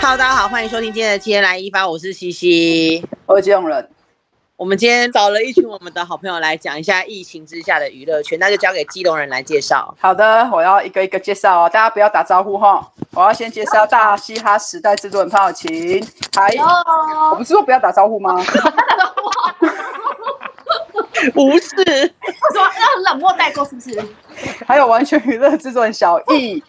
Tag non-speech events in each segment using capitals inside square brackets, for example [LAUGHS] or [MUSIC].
Hello，大家好，欢迎收听今天的《七天来一发》，我是西西。我这种人，我们今天找了一群我们的好朋友来讲一下疫情之下的娱乐圈，那就交给基隆人来介绍。好的，我要一个一个介绍哦，大家不要打招呼哈。我要先介绍大嘻哈时代制作人潘晓晴，还我哦，不是说不要打招呼吗？不是，为什么要很呃冷漠带过？是不是？还有完全娱乐制作人小易，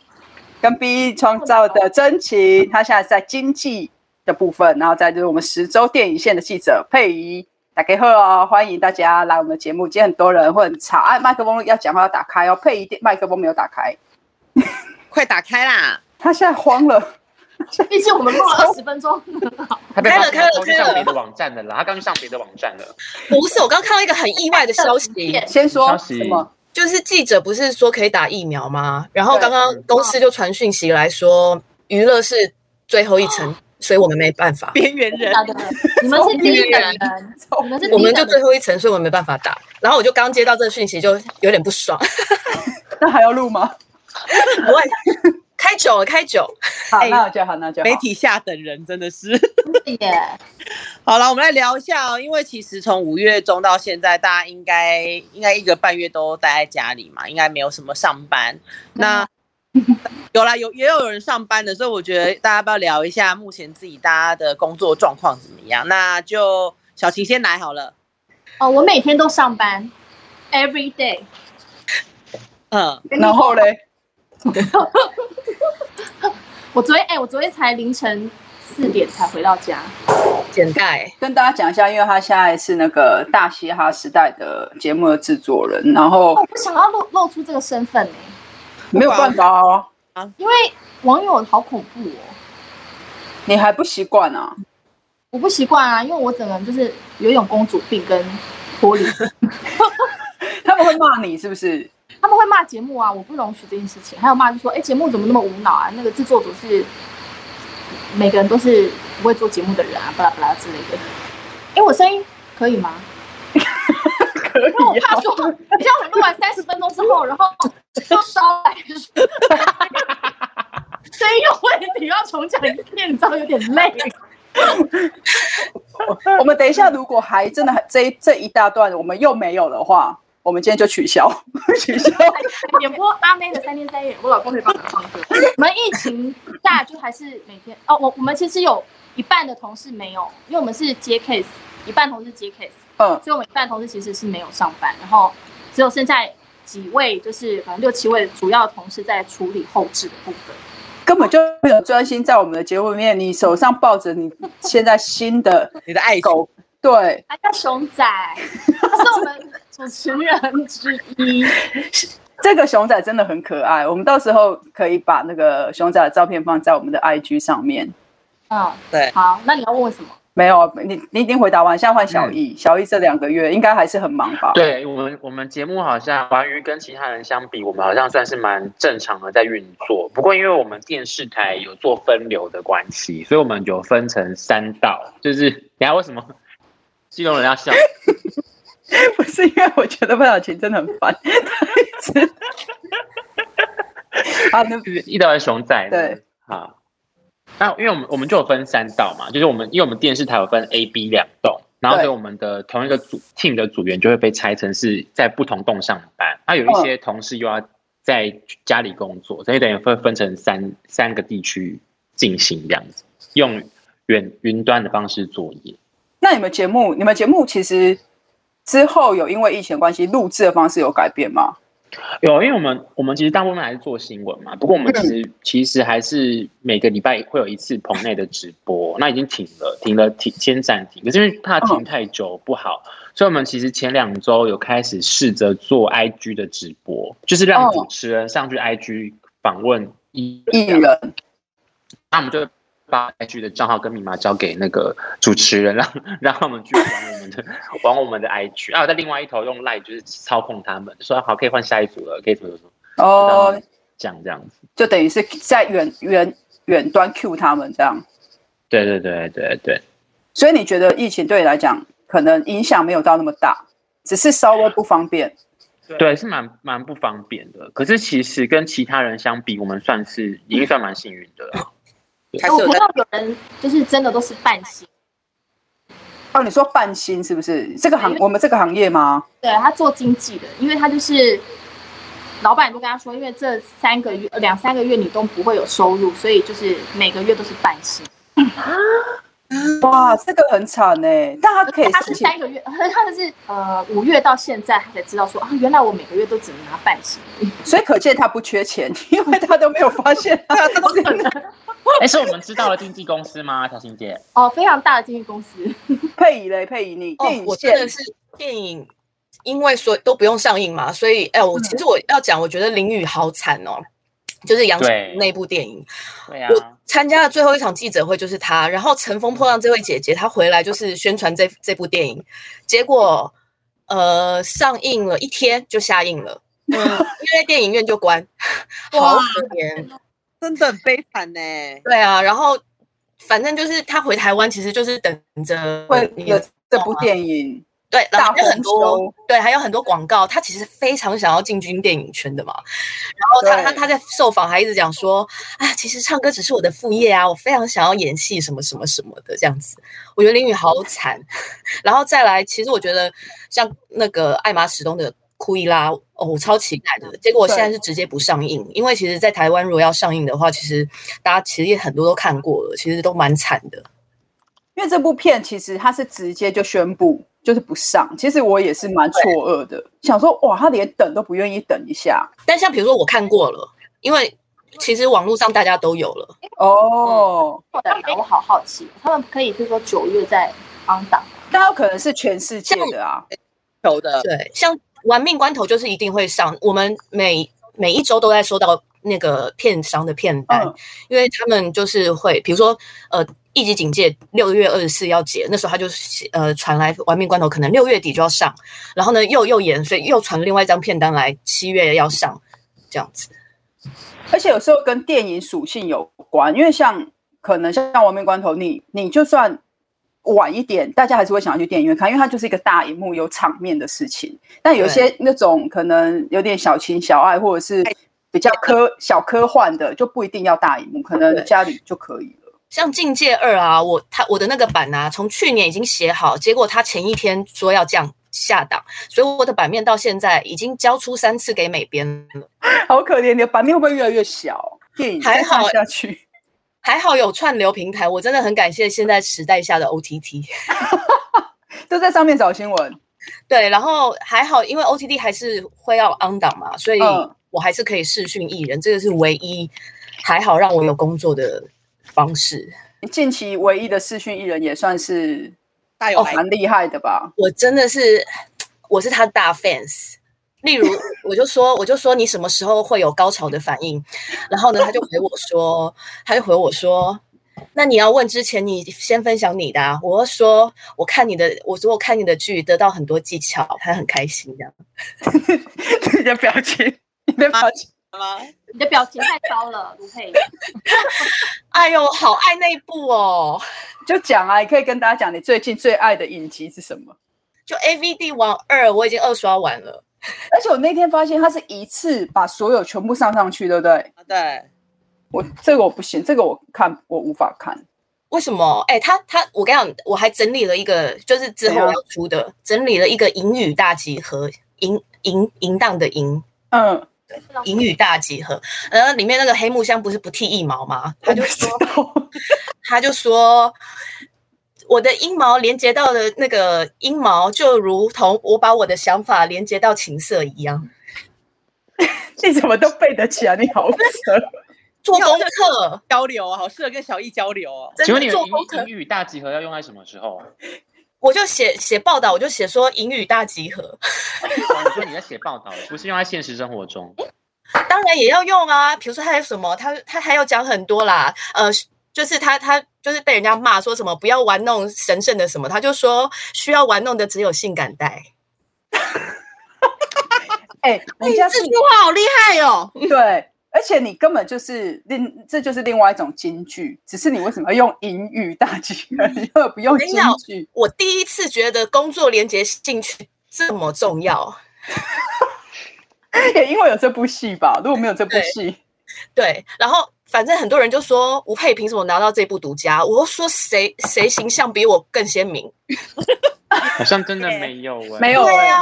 跟 B 创造的真情，他现在在经济的部分，然后再就是我们十周电影线的记者佩仪。打给贺哦，欢迎大家来我们的节目。今天很多人会很吵，哎、麦克风要讲话要打开哦。佩仪电麦克风没有打开，快打开啦！他现在慌了。毕竟我们录了二十分钟，他被开了发现开了他去开了上别的网站的啦，他刚去上别的网站了。不是，我刚看到一个很意外的消息，嗯先说消息什么？就是记者不是说可以打疫苗吗？然后对刚刚公司就传讯息来说，娱乐是最后一层，所以我们没办法，边缘人，真的，你们是第一人，你们是第一人我们就最后一层，所以我们没办法打。然后我就刚接到这个讯息，就有点不爽。那还要录吗？我开酒了，开酒，好，哎那就好，那就好媒。体下等人真的是。耶，好了，我们来聊一下哦，因为其实从五月中到现在，大家应该应该一个半月都待在家里嘛，应该没有什么上班。那有啦，有也有人上班的，所以我觉得大家要不要聊一下目前自己大家的工作状况怎么样？那就小晴先来好了。哦，我每天都上班，every day，嗯，然后嘞，我昨天哎、我昨天才凌晨四点才回到家，简哎盖，跟大家讲一下，因为他现在是那个大嘻哈时代的节目的制作人，然后哦哦我不想要露露出这个身份呢、没有办法哦，因为网友好恐怖哦，你还不习惯啊？我不习惯啊，因为我整个人就是有一种公主病跟脱离，他们会骂你是不是？他们会骂节目啊，我不容许这件事情。还有骂就说，哎、节目怎么那么无脑啊？那个制作组是每个人都是不会做节目的人啊，巴拉巴拉之类的。哎、我声音 [LAUGHS] 可以吗？可因为我以啊怕，说，你像我们录完三十分钟之后，然后又烧来，声 [LAUGHS] 音有问题，要重讲一遍，你知道有点累。嗯我们等一下，如果还真的还这一这一大段我们又没有的话，我们今天就取 [LAUGHS] 消，取消。 [LAUGHS] 演播阿妹的三天三夜，我老公可以帮我唱歌。我们疫情下就还是每天哦，我我们其实有一半的同事没有，因为我们是接 case，一半同事接 case，嗯，所以我们一半同事其实是没有上班，然后只有剩下几位就是可能六七位主要的同事在处理后置的部分。根本就没有专心在我们的节目里面，你手上抱着你现在新的你的爱情狗，对，还叫啊熊仔，他是我们主持人之一。这个熊仔真的很可爱，我们到时候可以把那个熊仔的照片放在我们的 IG 上面。嗯，对好，那你要问我什么？没有，啊你你已经回答完，现在换小易。小 E 易这两个月应该还是很忙吧？对我们，我们节目好像华娱跟其他人相比，我们好像算是蛮正常的在运作。不过因为我们电视台有做分流的关系，所以我们有分成三道。就是等一下为什么 [LAUGHS] 激动人要笑？ [LAUGHS] 不是因为我觉得范晓晴真的很烦， [LAUGHS] 她一直啊，那就是一刀的熊仔呢对，好。那因为我们我们就有分三道嘛，就是我们因为我们电视台有分 A、B 两栋，然后对所以我们的同一个组 team 的组员就会被拆成是在不同栋上班，那有一些嗯同事又要在家里工作，所以等于分分成三三个地区进行这样子，用远云端的方式作业。那你们节目，你们节目其实之后有因为疫情的关系，录制的方式有改变吗？有，因为我们我们其实大部分还是做新闻嘛，不过我们其实、其实还是每个礼拜会有一次棚内的直播，那已经停了，停了停先暂停，可是因为怕停太久不好，所以我们其实前两周有开始试着做 IG 的直播，就是让哦主持人上去 IG 访问艺艺人，人那我们就把 IG 的账号跟密码交给那个主持人，让让他们去玩我们的玩我们的 IG，啊，在另外一头用 Line 就是操控他们，说好可以换下一组了，可以怎么怎么。哦，，讲这样子。就等于是在远远远端 Q 他们这样。对对对对对，所以你觉得疫情对你来讲，可能影响没有到那么大，只是稍微不方便。对是蛮蛮不 [LAUGHS] 方便的。可是其实跟其他人相比，我们算是已经算蛮幸运的了。还是哦我有在看到有人就是真的都是半薪，哦，你说半薪是不是？这个行因为我们这个行业吗？对他做经济的，因为他就是老板都跟他说，因为这三个月呃两三个月你都不会有收入，所以就是每个月都是半薪。哇，这个很惨哎，但他可以他申是请三个月， [LAUGHS] 他的是呃五月到现在他才知道说啊，原来我每个月都只能拿半薪。所以可见他不缺钱， [LAUGHS] 因为他都没有发现 [LAUGHS] 他哎，是我们知道了经纪公司吗？小新姐，哦，非常大的经纪公司，配以嘞，配以你哦电，影我真线的是电影，因为所都不用上映嘛，所以哎，嗯我其实我要讲，我觉得林宇好惨哦，就是杨对那部电影，对啊，我参加的最后一场记者会就是她，然后乘风破浪这位姐姐，她回来就是宣传这这部电影，结果呃上映了一天就下映了，嗯， [LAUGHS] 因为电影院就关，好哇可怜，真的很悲惨呢、对啊，然后反正就是她回台湾，其实就是等着会你有这部电影对，然大后还有很丰多收，对，还有很多广告，他其实非常想要进军电影圈的嘛。然后他他对他在受访还一直讲说，啊，其实唱歌只是我的副业啊，我非常想要演戏什么什么什么的这样子。我觉得林宇好惨， [LAUGHS] 然后再来，其实我觉得像那个艾玛史东的。库伊拉哦，我超期待的。结果现在对是直接不上映，因为其实，在台湾如果要上映的话，其实大家其实也很多都看过了，其实都蛮惨的。因为这部片其实他是直接就宣布就是不上，其实我也是蛮错愕的，想说哇，他连等都不愿意等一下但像比如说我看过了，因为其实网络上大家都有了，哦。嗯后来啊我好好奇，他们可以就是说九月再 on 档吗，但有可能是全世界的啊，求的，对，像《玩命关头》就是一定会上，我们每每一周都在收到那个片商的片单，嗯因为他们就是会，比如说呃，一级警戒六月二十四要解，那时候他就写呃传来《玩命关头》可能六月底就要上，然后呢又又延，所以又传另外一张片单来七月要上，这样子。而且有时候跟电影属性有关，因为像可能像《亡命关头》你，你就算晚一点，大家还是会想要去电影院看，因为它就是一个大荧幕有场面的事情。但有些那种可能有点小情小爱，或者是比较科小科幻的，就不一定要大荧幕，可能对家里就可以了。 [LAUGHS] 像《境界二》啊，我他我的那个版啊，从去年已经写好，结果他前一天说要降下档，所以我的版面到现在已经交出三次给美编了。好可怜，你的版面会不会越来越小？电影还再看好下去，还好有串流平台，我真的很感谢现在时代下的 OTT。都在上面找新闻。 [LAUGHS] 对，然后还好，因为 OTT 还是会要 on 档嘛，所以嗯我还是可以视讯艺人，这个是唯一还好让我有工作的方式。你近期唯一的视讯艺人也算是大有来蛮厉害的吧？我真的是，我是他的大 fans。例如，我就说，我就说你什么时候会有高潮的反应？然后呢，他就回我说，他就回我说，那你要问之前，你先分享你的、啊。我就说，我看你的，我说我看你的剧得到很多技巧，他很开心这样。 [LAUGHS] 你的表情，你的表情。吗？你的表情太糟了，卢佩。哎呦，我好爱那一部哦，就讲啊，你可以跟大家讲你最近最爱的影集是什么。就 A V D 王二，我已经二刷完了。而且我那天发现他是一次把所有全部上上去，对不对？啊对，我这个我不行，这个我看我无法看。为什么？哎、他他，我跟你讲，我还整理了一个，就是之后怎样要出的，整理了一个淫语大集合，淫淫淫荡的淫，嗯，淫语大集合。然后里面那个黑木香不是不剃一毛吗？他就说，说，他就说，我的阴毛连接到的那个阴毛，就如同我把我的想法连接到情色一样。 [LAUGHS] 你怎么都背得起啊？你 [LAUGHS] 好扯，做功课，交流啊，好适合跟小易交流哦。真请问的你做们功课英英，语大集合要用在什么时候 [LAUGHS] 啊？我就写写报道，我就写说淫语大集合。哦你说你在写报道，不是用在现实生活 [LAUGHS] 中。当然也要用啊。比如说他有什么，他他还要讲很多啦，呃。就是他，他就是被人家骂说什么不要玩弄神圣的什么，他就说需要玩弄的只有性感带。哎、人家是这句话好厉害哦！对，而且你根本就是另，这就是另外一种京剧，只是你为什么要用英语大集合，你又不用京剧？ [LAUGHS] 我第一次觉得工作连接兴趣这么重要。也因为有这部戏吧，如果没有这部戏，对，然后反正很多人就说吴佩凭什么拿到这部独家？我说谁谁形象比我更鲜明？好像真的没有哎、没有对哎、啊，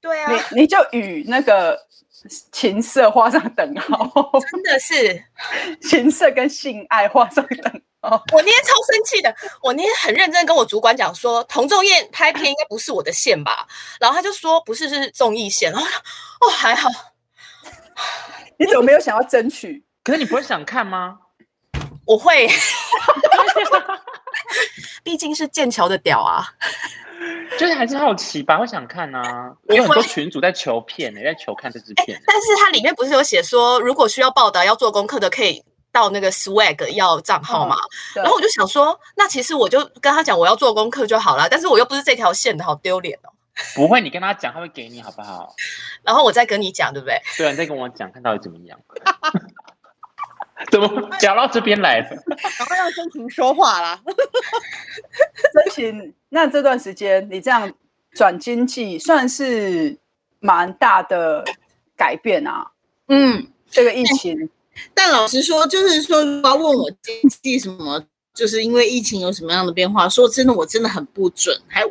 对啊，你你就与那个情色画上等 [LAUGHS] 号，真的是情色跟性爱画上等号。我那天超生气的，我那天很认真地跟我主管讲说，童仲彦拍片应该不是我的线吧？然后他就说不是，是综艺线。然后我说哦还好，你怎么没有想要争取？可是你不会想看吗？我会， [LAUGHS] 毕竟是剑桥的屌啊。就是还是好奇吧，会想看啊。有很多群主在求片呢、在求看这支片、但是它里面不是有写说，如果需要报道要做功课的，可以到那个 Swag 要账号嘛？对哦然后我就想说，那其实我就跟他讲我要做功课就好了，但是我又不是这条线的，好丢脸哦。不会，你跟他讲，他会给你好不好？然后我再跟你讲，对不对？对啊，你再跟我讲，看到底怎么样？ [LAUGHS] 怎么讲到这边来了？赶快让真情说话啦。真情，那这段时间你这样转经济，算是蛮大的改变啊。嗯，这个疫情，但老实说，就是说，如果要问我经济什么，就是因为疫情有什么样的变化，说真的，我真的很不准，还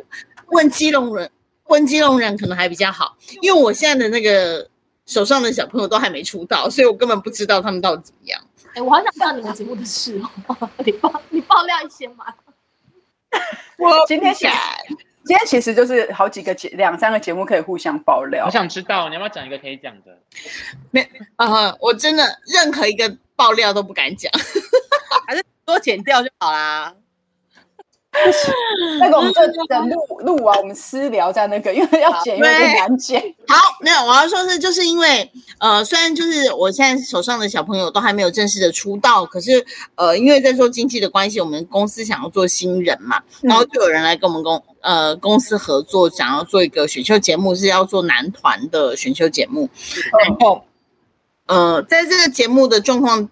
问基隆人，问基隆人可能还比较好，因为我现在的那个手上的小朋友都还没出道，所以我根本不知道他们到底怎么样。哎、我好想知道你们节目的事哦， [LAUGHS] 你爆你爆料一些嘛。我今天想今天其实就是好几个节两三个节目可以互相爆料我。想知道，你要不要讲一个可以讲的？ [LAUGHS] 啊、我真的任何一个爆料都不敢讲。多剪掉就好啦。那个我们就等录录完，我们私聊在那个，因为要剪有点难剪。好，没有，我要说是就是因为呃，虽然就是我现在手上的小朋友都还没有正式的出道，可是呃，因为在做经济的关系，我们公司想要做新人嘛，嗯然后就有人来跟我们公呃公司合作，想要做一个选秀节目，是要做男团的选秀节目，然后呃，在这个节目的状况。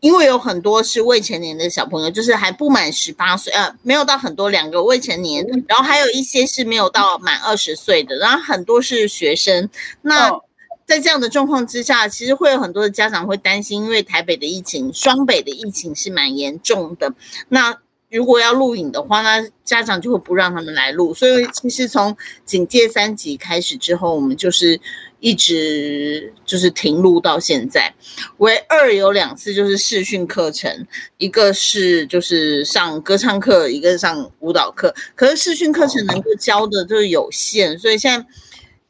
因为有很多是未成年的小朋友，就是还不满十八岁，呃，没有到很多两个未成年，然后还有一些是没有到满二十岁的，然后很多是学生。那嗯在这样的状况之下，其实会有很多的家长会担心，因为台北的疫情、双北的疫情是蛮严重的。那如果要录影的话，那家长就会不让他们来录。所以其实从警戒三级开始之后，我们就是一直就是停录到现在。唯二有两次就是视讯课程，一个是就是上歌唱课，一个是上舞蹈课。可是视讯课程能够教的就是有限，所以现在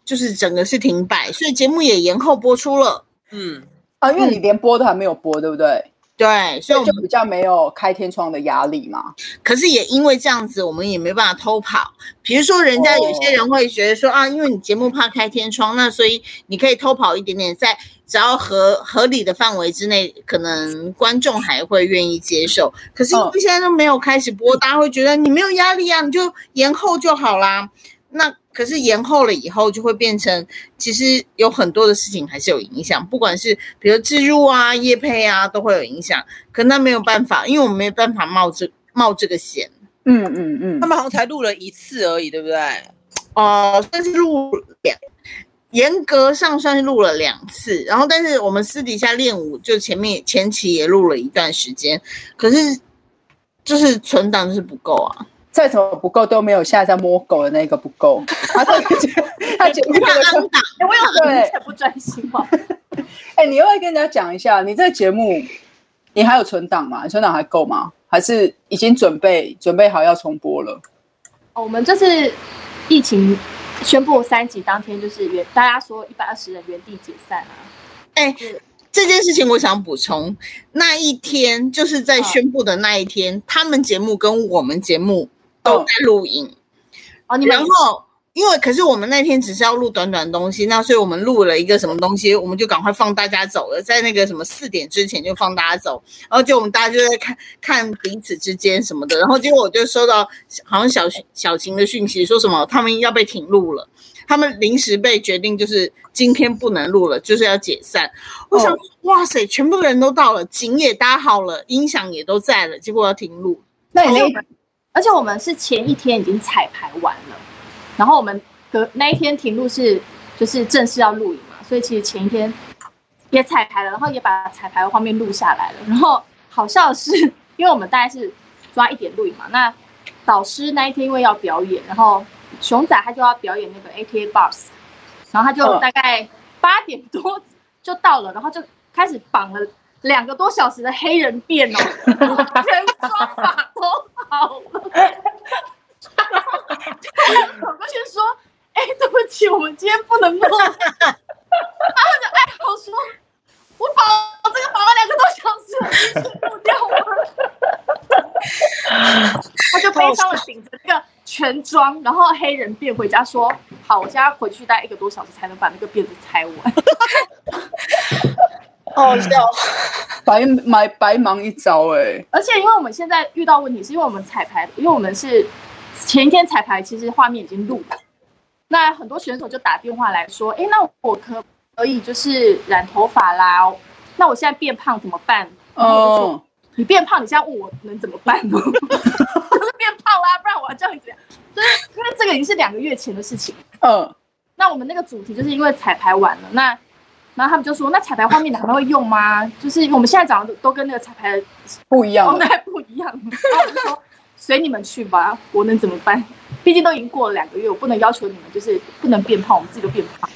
就是整个是停摆，所以节目也延后播出了。嗯，啊，因为你连播都还没有播，对不对？对，所所以以我就们比较没有开天窗的压力嘛。可是也因为这样子，我们也没办法偷跑。比如说，人家有些人会觉得说、啊，因为你节目怕开天窗，那所以你可以偷跑一点点，在只要合合理的范围之内，可能观众还会愿意接受。可是因为现在都没有开始播，大家会觉得你没有压力啊，你就延后就好啦。那可是延后了以后，就会变成其实有很多的事情还是有影响，不管是比如置入啊、业配啊，都会有影响。可那没有办法，因为我们没有办法冒这冒这个险。嗯嗯嗯他。们好像才录了一次而已，对不对？哦，算是录两，严格上算是录了两次。然后，但是我们私底下练舞，就前面前期也录了一段时间，可是就是存档就是不够啊。再怎么不够都没有现在在摸狗的那个不 [LAUGHS] 够。他这个节他节目这个就哎、我有很对明显不专心吗？哎、你要不要跟人家讲一下，你这个节目你还有存档吗？你存档还够吗？还是已经准备准备好要重播了？哦我们就是疫情宣布三级当天，就是原大家说一百二十人原地解散啊。哎是，这件事情我想补充，那一天就是在宣布的那一天，他们节目跟我们节目都在录影。哦，你们然后因为可是我们那天只是要录短短的东西，那所以我们录了一个什么东西，我们就赶快放大家走了，在那个什么四点之前就放大家走，然后就我们大家就在看看彼此之间什么的，然后结果我就收到好像小小晴的讯息，说什么他们要被停录了。他们临时被决定，就是今天不能录了，就是要解散。我想，哦哇塞，全部人都到了，景也搭好了，音响也都在了，结果要停录。那你那一而且我们是前一天已经彩排完了，然后我们隔那一天停录是就是正式要录影嘛，所以其实前一天也彩排了，然后也把彩排的画面录下来了。然后好笑的是，因为我们大概是抓一点录影嘛，那导师那一天因为要表演，然后熊仔他就要表演那个 ATA Bars，然后他就嗯大概八点多就到了，然后就开始绑了两个多小时的黑人辫哦，全抓发都好了。然后走过去说：“哎、对不起，我们今天不能录。”然后我就哀嚎说：“我绑我这个绑了两个多小时，已经录掉了。”他哎就悲伤的顶着那个全妆，然后黑人辫回家说：“好，我现在回去大概一个多小时才能把那个辫子拆完。哦，笑，白买白忙一遭哎、欸，而且因为我们现在遇到问题，是因为我们彩排，因为我们是前一天彩排，其实画面已经录了。那很多选手就打电话来说：“哎，那我可不可以就是染头发啦？那我现在变胖怎么办？”然后我就说哦，你变胖，你现在问我能怎么办呢？就是变胖啦，不然我要叫你怎样？就是因为这个已经是两个月前的事情。嗯，那我们那个主题就是因为彩排完了，那然后他们就说，那彩排画面你还会用吗？就是我们现在长得都跟那个彩排的不一 [LAUGHS] 样状了，态不一样。然后我就说，随你们去吧，我能怎么办？毕竟都已经过了两个月，我不能要求你们就是不能变胖，我们自己都变胖。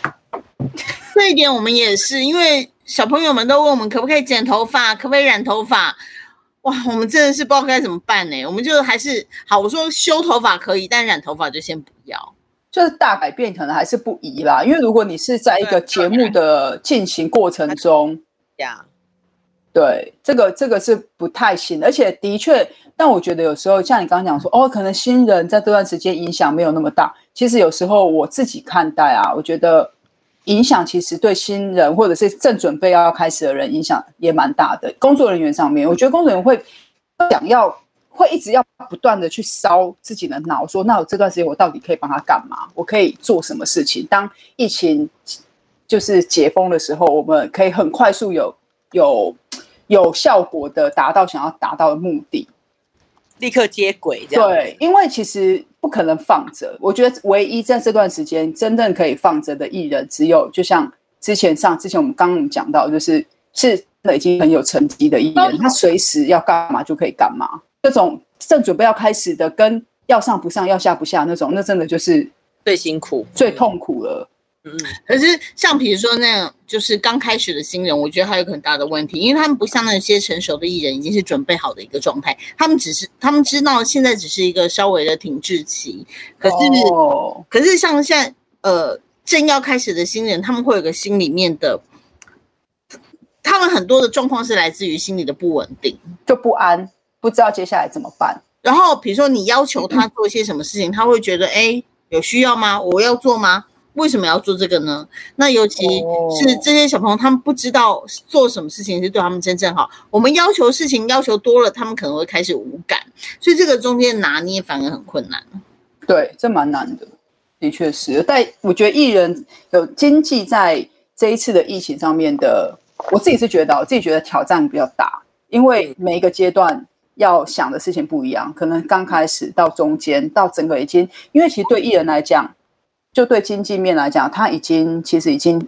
这一点我们也是，因为小朋友们都问我们可不可以剪头发，可不可以染头发。哇，我们真的是不知道该怎么办呢、我们就还是好，我说修头发可以，但染头发就先不要。就是大改变可能还是不宜啦，因为如果你是在一个节目啊的进行过程中，呀，对这个这个是不太行，而且的确，但我觉得有时候像你刚刚讲说，哦，可能新人在这段时间影响没有那么大，其实有时候我自己看待啊，我觉得影响其实对新人或者是正准备要开始的人影响也蛮大的。工作人员上面，我觉得工作人员会想要会一直要不断的去烧自己的脑，说那我这段时间我到底可以帮他干嘛？我可以做什么事情？当疫情就是解封的时候，我们可以很快速有有有效果的达到想要达到的目的。立刻接轨这样。对，因为其实不可能放着。我觉得唯一在这段时间真正可以放着的艺人，只有就像之前上之前我们刚刚讲到，就是是真的已经很有成绩的艺人，他随时要干嘛就可以干嘛。这种正准备要开始的，跟要上不上、要下不下那种，那真的就是最辛苦，最痛苦了。嗯。嗯，可是像比如说那样，就是刚开始的新人，我觉得还有一个很大的问题，因为他们不像那些成熟的艺人，已经是准备好的一个状态，他们只是他们知道现在只是一个稍微的停滞期，可是、哦、可是像现在呃正要开始的新人，他们会有个心里面的，他们很多的状况是来自于心理的不稳定。就不安，不知道接下来怎么办。然后比如说你要求他做些什么事情，他会觉得哎有需要吗？我要做吗？为什么要做这个呢？那尤其哦是这些小朋友，他们不知道做什么事情是对他们真正好。我们要求事情要求多了，他们可能会开始无感，所以这个中间拿捏反而很困难。对，这蛮难的，的确是。但我觉得艺人有经济在这一次的疫情上面的，我自己是觉得啊，我自己觉得挑战比较大，因嗯为每一个阶段要想的事情不一样，可能刚开始到中间到整个已经，因为其实对艺人来讲，就对经济面来讲，他已经其实已经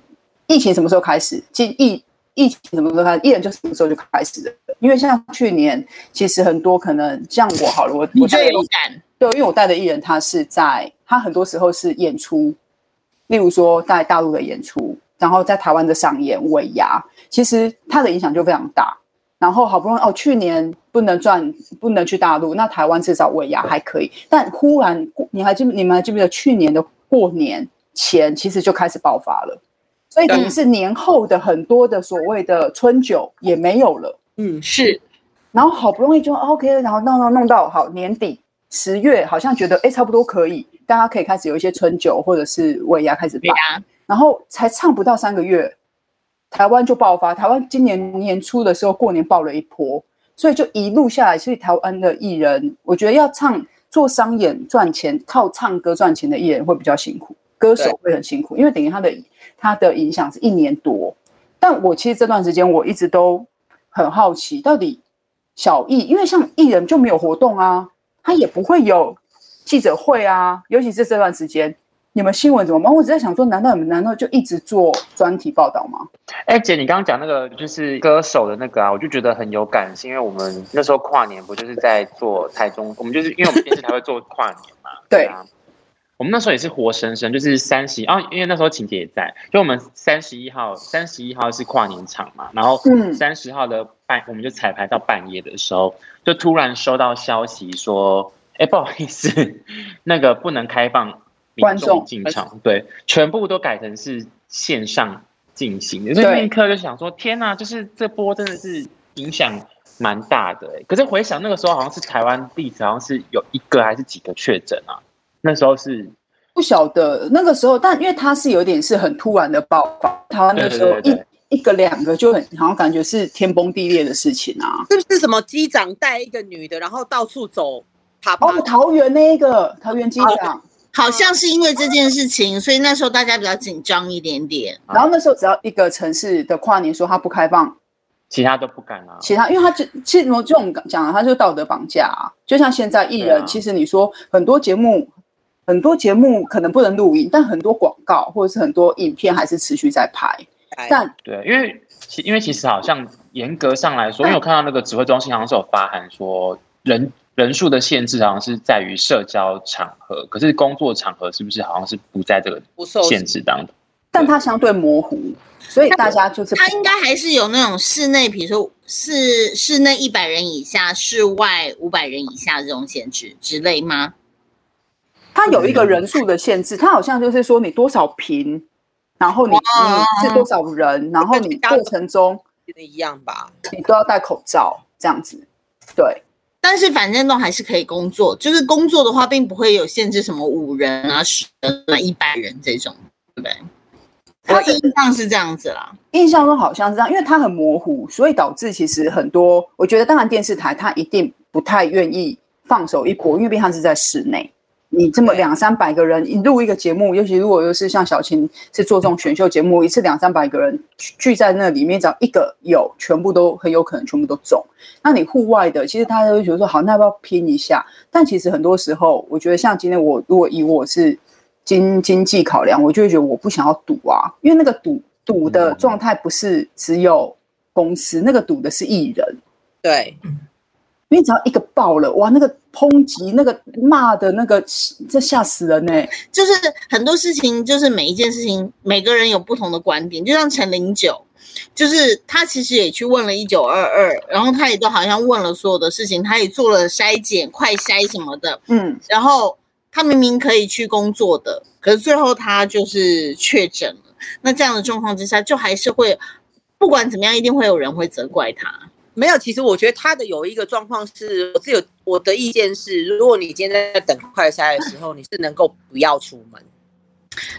疫情什么时候开始，经疫疫情什么时候开始，艺人就什么时候就开始了。因为像去年，其实很多可能像我好了，我你我在最有感，对，因为我带的艺人他是在，他很多时候是演出，例如说在大陆的演出，然后在台湾的上演尾牙，其实他的影响就非常大。然后好不容易哦，去年不能赚，不能去大陆，那台湾至少尾牙还可以。但忽然，你还记你们还记不记得去年的过年前，其实就开始爆发了，所以等于是年后的很多的所谓的春酒也没有了。嗯，是然后好不容易就哦 OK，然后弄弄弄到好年底十月，好像觉得哎差不多可以，大家可以开始有一些春酒或者是尾牙开始对办，啊，然后才唱不到三个月，台湾就爆发。台湾今年年初的时候过年爆了一波，所以就一路下来，所以台湾的艺人，我觉得要唱做商演赚钱，靠唱歌赚钱的艺人会比较辛苦，歌手会很辛苦，因为等于他的他的影响是一年多。但我其实这段时间我一直都很好奇，到底小艺，因为像艺人就没有活动啊，他也不会有记者会啊，尤其是这段时间，你们新闻怎么办？我只在想说，难道你们难道就一直做专题报道吗？哎、姐，你刚刚讲那个就是歌手的那个啊，我就觉得很有感，是因为我们那时候跨年不就是在做台中，我们就是因为我们电视台会做跨年嘛，对啊。我们那时候也是活生生，就是三十啊，因为那时候晴姐也在，就我们三十一号，三十一号是跨年场嘛，然后嗯三十号的半，我们就彩排到半夜的时候，就突然收到消息说，哎、不好意思，那个不能开放民观众众进场，对，全部都改成是线上进行的，所以对那一刻就想说，天呐、啊就是这波真的是影响蛮大的、欸。可是回想那个时候，好像是台湾例子，好像是有一个还是几个确诊啊。那时候是不晓得那个时候，但因为它是有点是很突然的爆发，台湾那个时候对一对对对一个两个就很好像感觉是天崩地裂的事情啊。是不是什么机长带一个女的，然后到处走，爬爬？嗯哦，桃园那一个桃园机啊场，好像是因为这件事情，所以那时候大家比较紧张一点点。然后那时候只要一个城市的跨年说它不开放，其他都不敢啊。其他，因为他就其实我这种讲啊，他就道德绑架啊。就像现在艺对人，啊其实你说很多节目，很多节目可能不能录影，但很多广告或者是很多影片还是持续在拍。但对，因为其因为其实好像严格上来说，因为我看到那个指挥中心好像是有发函说人人数的限制好像是在于社交场合，可是工作场合是不是好像是不在这个不受限制当中？但它相对模糊，所以大家就是他应该还是有那种室内，比如说室室内一百人以下，室外五百人以下这种限制之类吗？它有一个人数的限制，它好像就是说你多少平，然后你你是多少人，然后你过程中一样吧？你都要戴口罩这样子。对，但是反正都还是可以工作，就是工作的话，并不会有限制什么五人啊、十人啊、一百人这种，对不对？它我的印象是这样子啦，印象中好像是这样，因为它很模糊，所以导致其实很多，我觉得当然电视台它一定不太愿意放手一搏，因为毕竟它是在室内。你这么两三百个人，你录一个节目，尤其如果又是像小琴是做这种选秀节目，一次两三百个人聚聚在那里面，只要一个有，全部都很有可能全部都中。那你户外的，其实大家都会觉得说，好，那要不要拼一下？但其实很多时候，我觉得像今天我如果以我是经经济考量，我就会觉得我不想要赌啊，因为那个赌赌的嗯状态不是只有公司，那个赌的是艺人，对，因为只要一个爆了，哇，那个抨击、那个骂的那个，这吓死人呢、就是很多事情，就是每一件事情，每个人有不同的观点。就像陈零九，就是他其实也去问了一九二二，然后他也都好像问了所有的事情，他也做了筛检、快筛什么的，嗯，然后他明明可以去工作的，可是最后他就是确诊了。那这样的状况之下，就还是会不管怎么样，一定会有人会责怪他。没有。其实我觉得他的有一个状况是，我自有我的意见是，如果你今天在等快筛的时候，你是能够不要出门。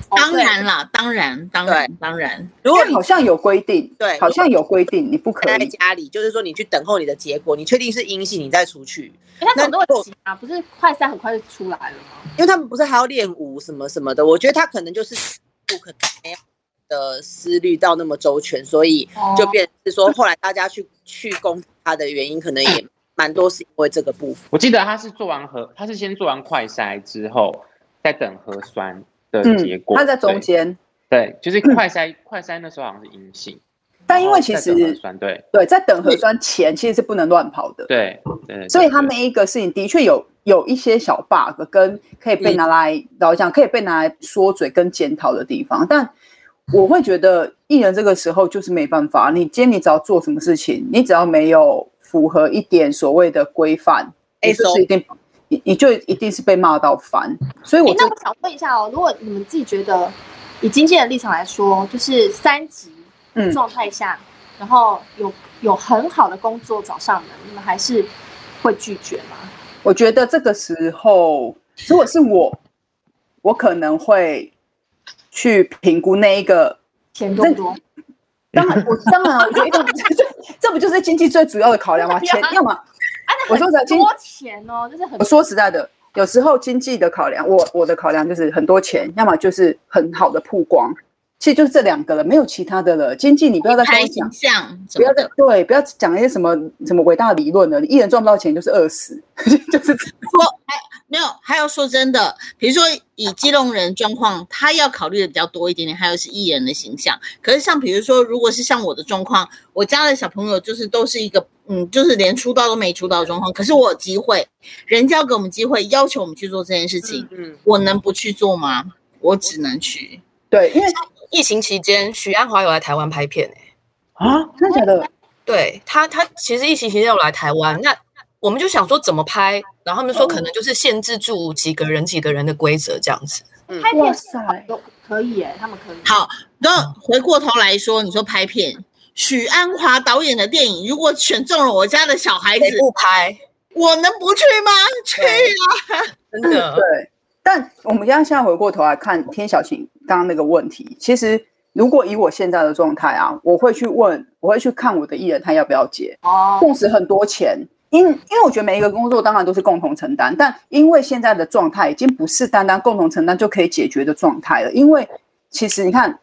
哦哦当啊然啦，当然，当然，当然，如因果为你好像有规定，对好像有规定，你不可待在以。家里，就是说你去等候你的结果，你确定是阴性，你再出去。哎，他总都会急啊，不是快筛很快就出来了吗？因为他们不是还要练舞什么什么的，我觉得他可能就是不可能没有的思虑到那么周全，所以哦就哎变成是说后来大家去去攻击他的原因，可能也蛮多是因为这个部分。我记得他是做完核，他是先做完快筛之后，再等核酸的结嗯，果。他在中对间，对，就是快筛，快筛那时候好像是阴性，但因为其然后再等核实酸对对，在等核酸前其实是不能乱跑的，对对，对所以他对那一个事情的确有有一些小 bug，跟可以被拿来老实讲可以被拿来说嘴跟检讨的地方，但我会觉得艺人这个时候就是没办法，你今天你只要做什么事情，你只要没有符合一点所谓的规范，你就 SOP 是一定你你就一定是被骂到烦，所以我哎，就那我想问一下哦，如果你们自己觉得，以经纪人的立场来说，就是三级嗯状态下，然后有有很好的工作找上门，你们还是会拒绝吗？我觉得这个时候，如果是我，我可能会去评估那一个。钱多不多？当然，我当然啊，我觉得一个这这不就是经济最主要的考量吗？对啊钱，要么啊，那我说的很经多钱哦，就是很我说实在的，有时候经济的考量，我我的考量就是很多钱，要么就是很好的曝光，其实就是这两个了，没有其他的了。经济你不要再跟拍我形讲，象，不要再对，不要讲一些什么什么伟大的理论了。你一人赚不到钱就是饿死，就是说，还没有，还有说真的，比如说以基隆人状况，他要考虑的比较多一点点，还有是艺人的形象。可是像比如说，如果是像我的状况，我家的小朋友就是都是一个嗯，就是连出道都没出道的状况。可是我有机会，人家要给我们机会，要求我们去做这件事情，嗯，我能不去做吗？我只能去。对，因为疫情期间，许鞍华有来台湾拍片诶、欸啊，真的假的，对他，他其实疫情期间有来台湾，那我们就想说怎么拍，然后他们说可能就是限制住几个人、几个人的规则这样子。拍哇片塞，都可以耶，他们可以。好，那回过头来说，你说拍片，许鞍华导演的电影，如果选中了我家的小孩子，谁不拍？我能不去吗？去啊！真的，对，但我们现在回过头来看天小晴刚刚那个问题，其实如果以我现在的状态啊，我会去问，我会去看我的艺人他要不要接，哦，共识很多钱。因因为我觉得每一个工作当然都是共同承担，但因为现在的状态已经不是单单共同承担就可以解决的状态了。因为其实你看，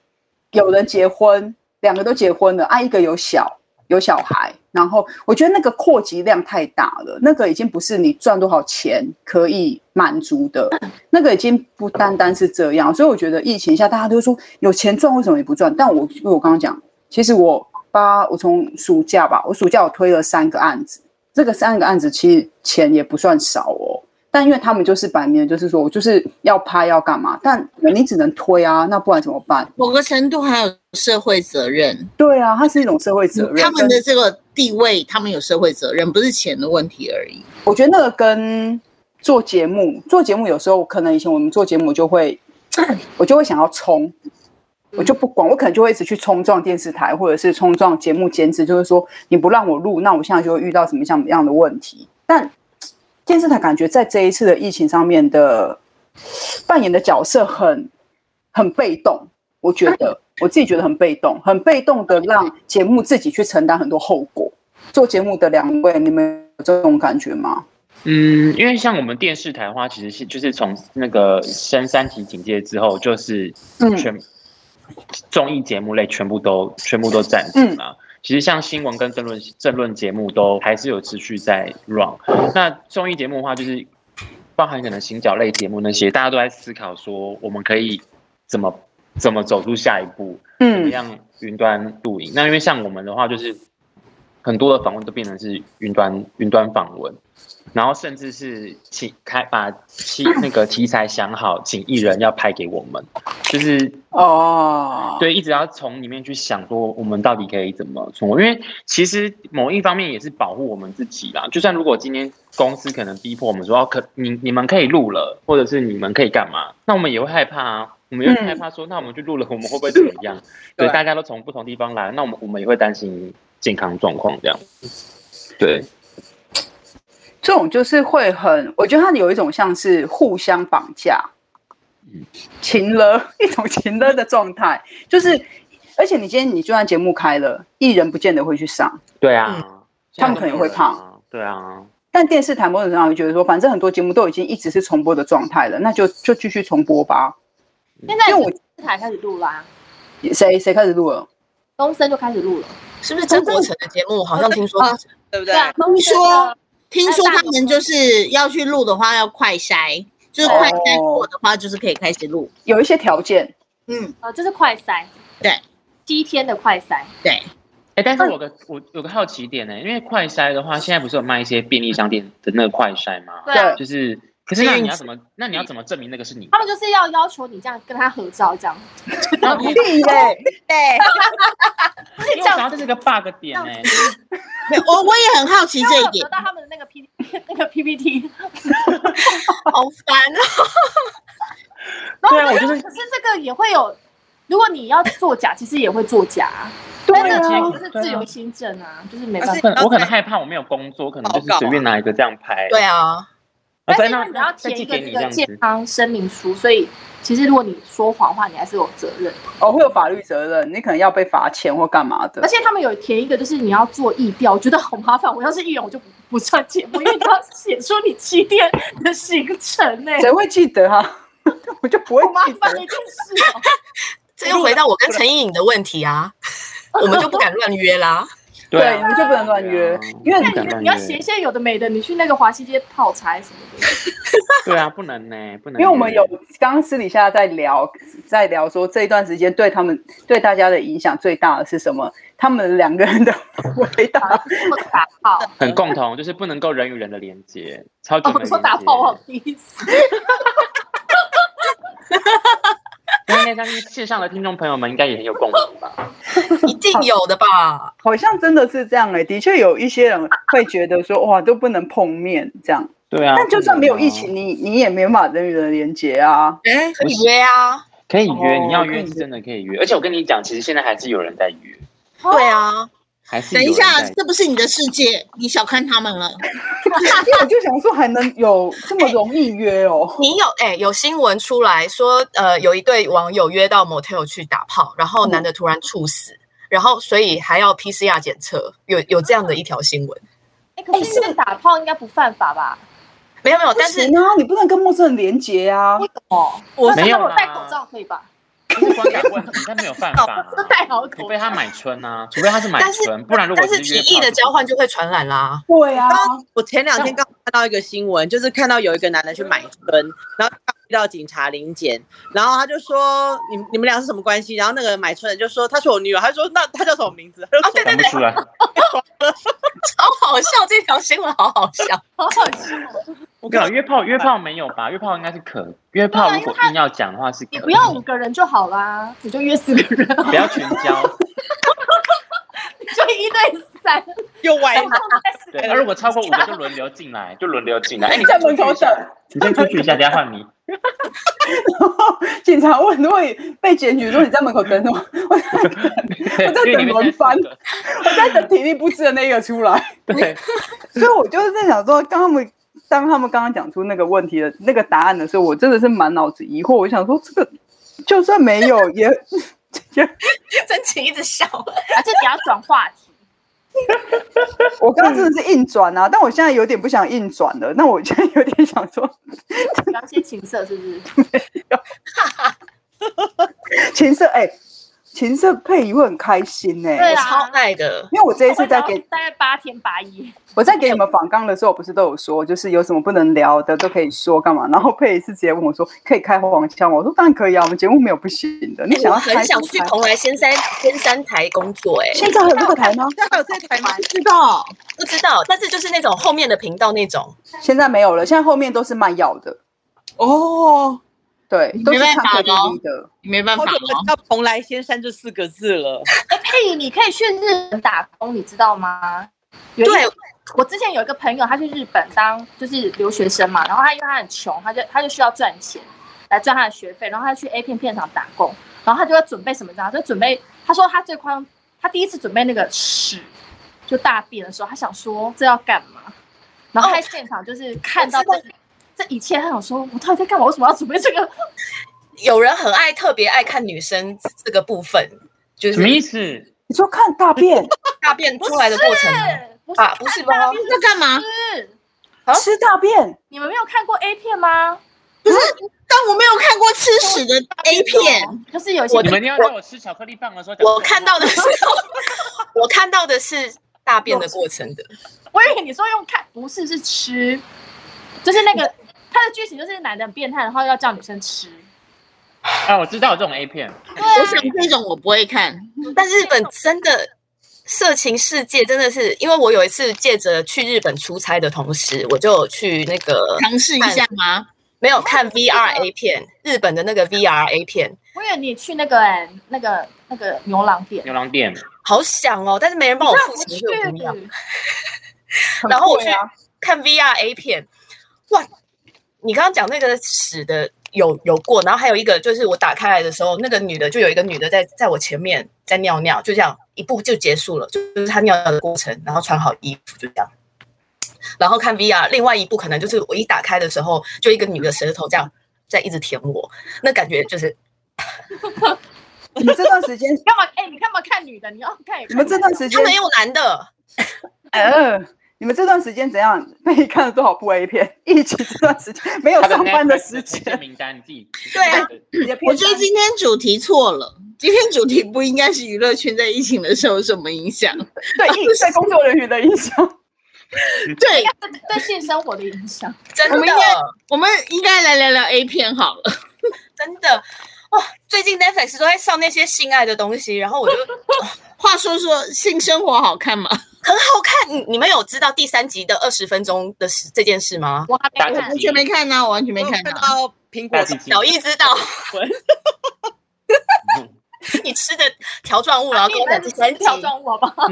有人结婚，两个都结婚了，啊，一个有小有小孩，然后我觉得那个扩及量太大了，那个已经不是你赚多少钱可以满足的，那个已经不单单是这样。所以我觉得疫情下大家都说有钱赚为什么你不赚？但我因为我刚刚讲，其实我八，我从暑假吧，我暑假我推了三个案子，这个三个案子其实钱也不算少哦。但因为他们就是摆明了，就是说我就是要拍要干嘛，但你只能推啊，那不然怎么办？某个程度还有社会责任，对啊，它是一种社会责任。他们跟的这个地位，他们有社会责任，不是钱的问题而已。我觉得那个跟做节目，做节目有时候可能以前我们做节目我就会，我就会想要冲，我就不管，我可能就会一直去冲撞电视台或者是冲撞节目监制，就是说你不让我录，那我现在就会遇到什么像样的问题。但电视台感觉在这一次的疫情上面的扮演的角色很很被动，我觉得我自己觉得很被动，很被动的让节目自己去承担很多后果。做节目的两位，你们有这种感觉吗？嗯，因为像我们电视台的话，其实是就是从那个升三级警戒之后，就是嗯全、综艺节目类全部都全部都暂停嘛。其实像新闻跟政论政论节目都还是有持续在 run。那综艺节目的话，就是包含可能行脚类节目那些，大家都在思考说我们可以怎么怎么走出下一步。怎么嗯，样云端录影？那因为像我们的话，就是很多的访问都变成是云端云端访问，然后甚至是请开把题那个题材想好，请艺人要拍给我们，就是哦，，对，一直要从里面去想说我们到底可以怎么做，因为其实某一方面也是保护我们自己啦。就算如果今天公司可能逼迫我们说，哦，可你你们可以录了，或者是你们可以干嘛，那我们也会害怕啊。我们也嗯会害怕说，那我们去录了，我们会不会怎么样？ [LAUGHS] 对，对大家都从不同地方来，那我们我们也会担心健康状况这样。对，这种就是会很，我觉得它有一种像是互相绑架嗯，情勒 [LAUGHS] 一种情勒的状态，就是，而且你今天你就算节目开了，艺人不见得会去上，对啊，嗯他们可能会怕啊。对啊，但电视台某种程度上会觉得说，反正很多节目都已经一直是重播的状态了，那就就继续重播吧。现在因为我电视台开始录啦，谁谁开始录了？东森就开始录了。是不是曾国成的节目好像听说哦对不对？啊，听说听说那大他陆们就是要去录的话，要快筛，就是快哦筛过的话，就是可以开始录。有一些条件，嗯，呃，就是快筛，对，七天的快筛，对，哎、但是我有个我有个好奇点呢、因为快筛的话，现在不是有卖一些便利商店的那个快筛吗？对啊，就是，可是那对你要怎么？那你要怎么证明那个是你？他们就是要要求你这样跟他合照，这样然后不必耶，对，因为我想到这是个 bug 点欸呢、我我也很好奇这一要点得，到他们的那个 P [LAUGHS] 那个 PPT。好烦啊！然后对啊我就就是可是这个也会有，如果你要作假，其实也会作假啊，对但啊是啊这就是自由新政啊，就是没办而法且。可能我可能害怕我没有工作，可能就是随便拿一个这样拍。哦对啊，然后但再是因为让你要再填寄一个给你这这个样健子。康声明书，所以其实如果你说谎话，你还是有责任。哦，会有法律责任，你可能要被罚钱或干嘛的而。且他们有填一个，就是你要做疫调，我觉得好麻烦。我要是艺人，我就不不上节目，因为你要写出你七天的行程呢、谁会记得啊？我就不会 [LAUGHS] 好麻记烦得的一。件事、哦。这又回到我跟陈意颖的问题 [LAUGHS] 啊，我们就不敢乱约啦。 [LAUGHS] 对啊你们就不能乱约对啊因为不那敢你乱你要写一约，些有的没的，你去那个华西街泡茶什么的。对啊，不能呢，不因能为约，我们有刚刚私底下在聊，在聊说这一段时间对他们对大家的影响最大的是什么？他们两个人的 [LAUGHS] 回答，或者打炮。很共同，就是不能够人与人的连接，超级哦，没我说打连接炮，我好第一次。哎因为那张线上的听众朋友们应该也很有共鸣吧？一定有的吧？好像真的是这样哎、的确有一些人会觉得说哇都不能碰面这样，对啊，但就算没有疫不能情，你你也没办法人与人的连接啊。 [LAUGHS] 哎，可以约啊，哦，可以约，哦你要可以约约是真的可以约，而且我跟你讲，其实现在还是有人在约，对啊，还是有等一人下，在这不是你的世界，你小看他们了。因为我就想说还能有这么容易约哦？你有哎、有新闻出来说，呃，有一对网友约到 motel 去打炮，嗯然后男的突然猝死，然后所以还要 PCR 检测，有有这样的一条新闻。哎，可是那个打炮应该不犯法吧？没有没有，不但是行啊，你不能跟陌生人连接啊。哦，我没有我啦戴口罩可以吧？这观感问题，他没有犯法啊，都戴好口除罩非。他买春啊，除非他是买但是春，不然如果但是约体炮液的就交换就会传 [LAUGHS] 染啦。对啊，哦我前两天刚好看到一个新闻，就是看到有一个男的去买春，然后他遇到警察临检，然后他就说你你们俩是什么关系？然后那个买春的就说他是我女友，他说那他叫什么名字？他哦就说讲不出来，好好笑，这条新闻好好笑。好好笑，哦我对跟啊，你约炮约炮没有吧？约炮应该是可，约炮如果硬要讲的话是可以，你不要五个人就好啦，你就约四个人，不要群交，你就一对三，又歪 [LAUGHS] 了，对。啊那如果超过五个就轮流进来，就轮流进来。哎，你在门口等。你先出去一下，等一下换你。 [LAUGHS] 警察问，如果被检举，说你在门口等我，对在因为等你们轮现在四番个 [LAUGHS] 我在等体力不支的那个出来。 [LAUGHS] 对，所以我就是在想说，当他们当他们刚刚讲出那个问题的那个答案的时候，我真的是满脑子疑惑。我想说，这个就算没有也也，真情一直笑， [LAUGHS] 而且你要转话题。我刚刚真的是硬转啊，但我现在有点不想硬转了。那我现在有点想说，聊些情色是不是？琴瑟哎，琴瑟配仪会很开心呢、对啊超爱的。因为我这一次在我给大概八天八夜，我在给你们访纲的时候，我不是都有说，就是有什么不能聊的都可以说干嘛？然后佩仪是直接问我说，可以开黄腔吗？我说当然可以啊，我们节目没有不行的。你想我要开很想就去开蓬莱仙山仙山台工作、哎，现在还有这个台吗？现在还有这台吗？知道，不知道，但是就是那种后面的频道那种，现在没有了，现在后面都是卖药的，哦，对，都是没办看法 K 的哦 D 的。没办好法久哦不。到蓬莱仙山这四个字了。佩仪，你可以去日本打工，你知道吗？有一对，我之前有一个朋友，他去日本当就是留学生嘛，然后他因为他很穷，他就他就需要赚钱来赚他的学费，然后他去 A 片片场打工，然后他就要准备什么？你知道吗，就准备他说他最夸张，他第一次准备那个屎，就大便的时候，他想说这要干嘛？然后他在现场就是看到哦我这、知这一切，他想说我到底在干嘛？为什么要准备这个？有人很爱特别爱看女生这个部分，就什么意是思？你说看大便、大便出来的过程啊不是啊，不是吧？在干嘛？是 [LAUGHS] 啊吃大便，你们没有看过 A 片吗？但我没有看过吃屎的 A 片，就是有一些我你们一定要让我吃巧克力棒的时候讲。我看到的是， [LAUGHS] 我看到的是大便的过程的，我以为你说用看，不是是吃，就是那个他的剧情就是男的很变态，然后要叫女生吃。啊，我知道有这种 A 片，啊我想这种我不会看。但日本真的。色情世界真的是，因为我有一次借着去日本出差的同时，我就没有去那个尝试一下吗？没有看 VR A 片，日本的那个 VR A 片，我以为你去那个、欸、那个那个牛郎店，牛郎店，好想哦，但是没人帮我付去钱，所以我不要。很然后我贵去啊，看 VR A 片，哇！你刚刚讲那个屎的有有过，然后还有一个就是我打开来的时候，那个女的就有一个女的在在我前面在尿尿，就这样一步就结束了，就就是她尿尿的过程，然后穿好衣服就这样。然后看 VR，另外一步可能就是我一打开的时候，就一个女的舌头这样在一直舔我，那感觉就是你们这段时间，你 [LAUGHS] 干嘛？哎、你干嘛看女的？你要看也你看们这段时他间，们有男的，呃，你们这段时间怎样？ [LAUGHS] 被看了多少部 A 片？疫情这段时间没有他的上班的 Netflix 时推荐间，名单你自己对啊你的片我觉得今天主题错了，今天主题不应该是娱乐圈在疫情的时候有什么影响。 [LAUGHS] 单对疫对工作人员的影响，对，对对性生活的影响。真我们应的该我们应该来聊聊 A 片好了。真的哇！最近 Netflix 都在上那些性爱的东西，然后我就话说说性生活好看吗？很好看。你你们有知道第三集的二十分钟的事这件事吗？我还没打看字完全没看呢，我完全没我有看啊看到。到苹果大鸡鸡小易知道嗯你吃的条状物，然后跟我讲第三集，啊条状物好不好？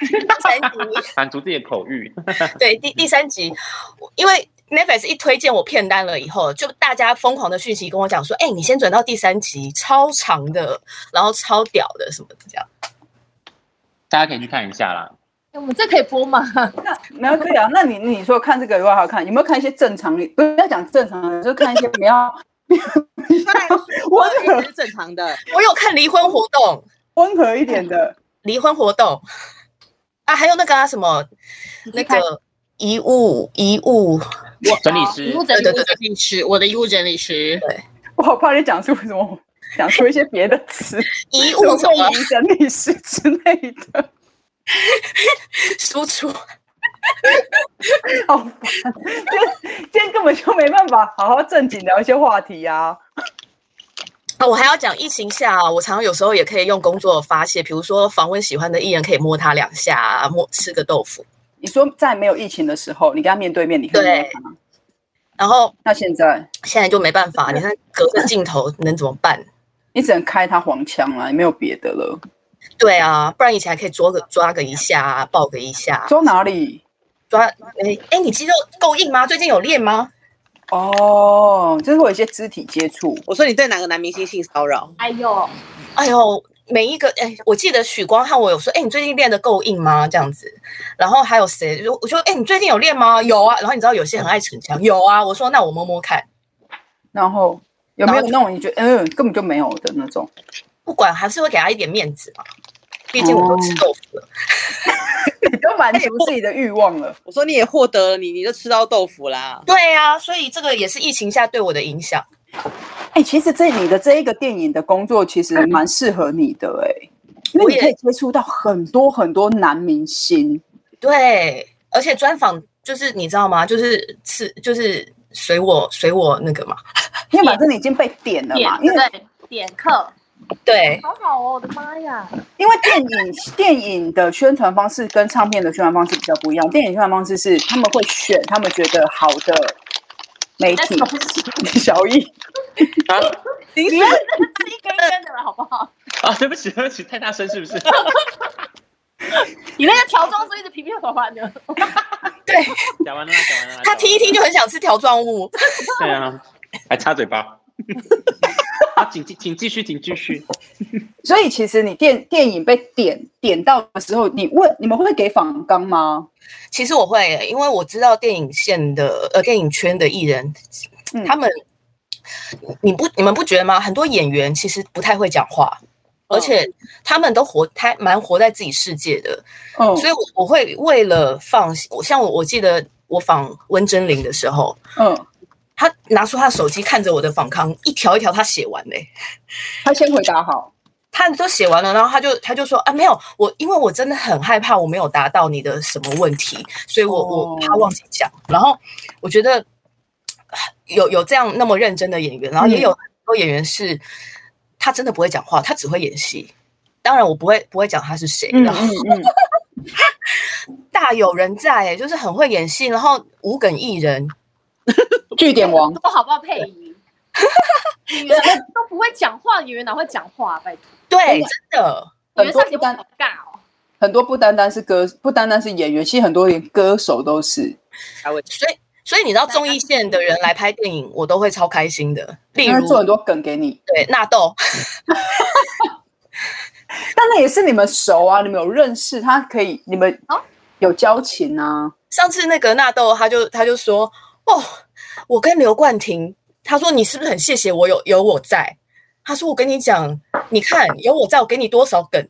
第三集。满足自己的口欲，对，第第三集，我因为 Netflix 一推荐我片单了以后，就大家疯狂的讯息跟我讲说，哎、你先转到第三集，超长的，然后超屌的什么的这样。大家可以去看一下啦。哎我们这可以播吗？没有可以啊？那你你说看这个有多好看？有没有看一些正常？不要讲正常的，就看一些比较比较 [LAUGHS] 温和是正常的。我有看离婚活动，温和一点的。离婚活动啊，还有那个、啊、什么那个遗物遗物，整理师礼物整我理的遗物整理师，我的遗物整理师， [LAUGHS] 我好怕你讲出什么，讲出一些别的词，遗什物么什么位移整理师之类的， [LAUGHS] 输出，好烦。今天今天根本就没办法好好正经聊一些话题啊。啊，我还要讲疫情下、啊，我常常有时候也可以用工作发泄，比如说访问喜欢的艺人，可以摸他两下、啊，摸吃个豆腐。你说在没有疫情的时候，你跟他面对面，你可以对吗？然后那现在现在就没办法，你看隔着镜头能怎么办？你只能开他黄腔了，也没有别的了。对啊，不然以前还可以抓个抓个一下、啊，抱个一下啊，说哪里？抓哎哎，你肌肉够硬吗？最近有练吗？哦，就是会有一些肢体接触。我说你对哪个男明星性骚扰？哎呦，哎呦，每一个哎，我记得许光汉我有说，哎，你最近练的够硬吗？这样子，然后还有谁？就我就哎，你最近有练吗？有啊。然后你知道有些很爱逞强，有啊。我说那我摸摸看，然后有没有然后就那种你觉得嗯根本就没有的那种？不管还是会给他一点面子嘛，毕竟我都吃豆腐了。你都满足自己的欲望了。我说你也获得了你，你就吃到豆腐啦。对啊，所以这个也是疫情下对我的影响。哎、其实这你的这一个电影的工作其实蛮适合你的哎、因我为你也可以接触到很多很多男明星，对，而且专访就是你知道吗？就是吃就是随我随我那个嘛。因为反正你已经被点了点嘛。因为对点课，对，好好哦，我的妈呀！因为电影 [LAUGHS] 电影的宣传方式跟唱片的宣传方式比较不一样，电影宣传方式是他们会选他们觉得好的媒但是体我。不是 [LAUGHS] 一小易， [LAUGHS] 你根一根的了，好不好？ [LAUGHS] 啊，对不起，对不起，太大声 [LAUGHS] 是不是？你那个条状是一直皮皮滑滑 [LAUGHS] 的，讲完了啦，讲完了啦。他听一听就很想吃条状物。 [LAUGHS] 讲完了啦。对啊，还插嘴 [LAUGHS] 巴。啊，请继请继续，请继续。所以其实你电电影被点点到的时候，你问你们会给仿纲吗？其实我会耶，因为我知道电影线的呃电影圈的艺人，嗯他们你不你们不觉得吗？很多演员其实不太会讲话，而且他们都活太蛮活在自己世界的，嗯所以我我会为了放我像我我记得我访温真菱的时候。嗯，他拿出他的手机看着我的访康，一条一条他写完嘞、他先回答好，他都写完了，然后他就他就说啊，没有我，因为我真的很害怕我没有答到你的什么问题，所以我、哦我怕忘记讲。然后我觉得呃有有这样那么认真的演员，然后嗯也有很多演员是、他真的不会讲话，他只会演戏。当然我不会不会讲他是谁，嗯然后嗯嗯，大有人在、欸，就是很会演戏，然后无梗艺人，据点王，多好不好？[LAUGHS] 配音，演员都不会讲话，演员哪会讲话？拜托，对，真的很演员多上节不目单好尬哦。很多不单单是歌，不单单是演员，其实很多连歌手都是。所以所以你知道综艺线的人来拍电影，我都会超开心的。例他如做很多梗给你，对纳豆， [LAUGHS] 但那也是你们熟啊，你们有认识，他可以，你们哦有交情啊。上次那个纳豆，他就他就说，哦，我跟刘冠廷，他说你是不是很谢谢我有有我在？他说我跟你讲，你看有我在，我给你多少梗。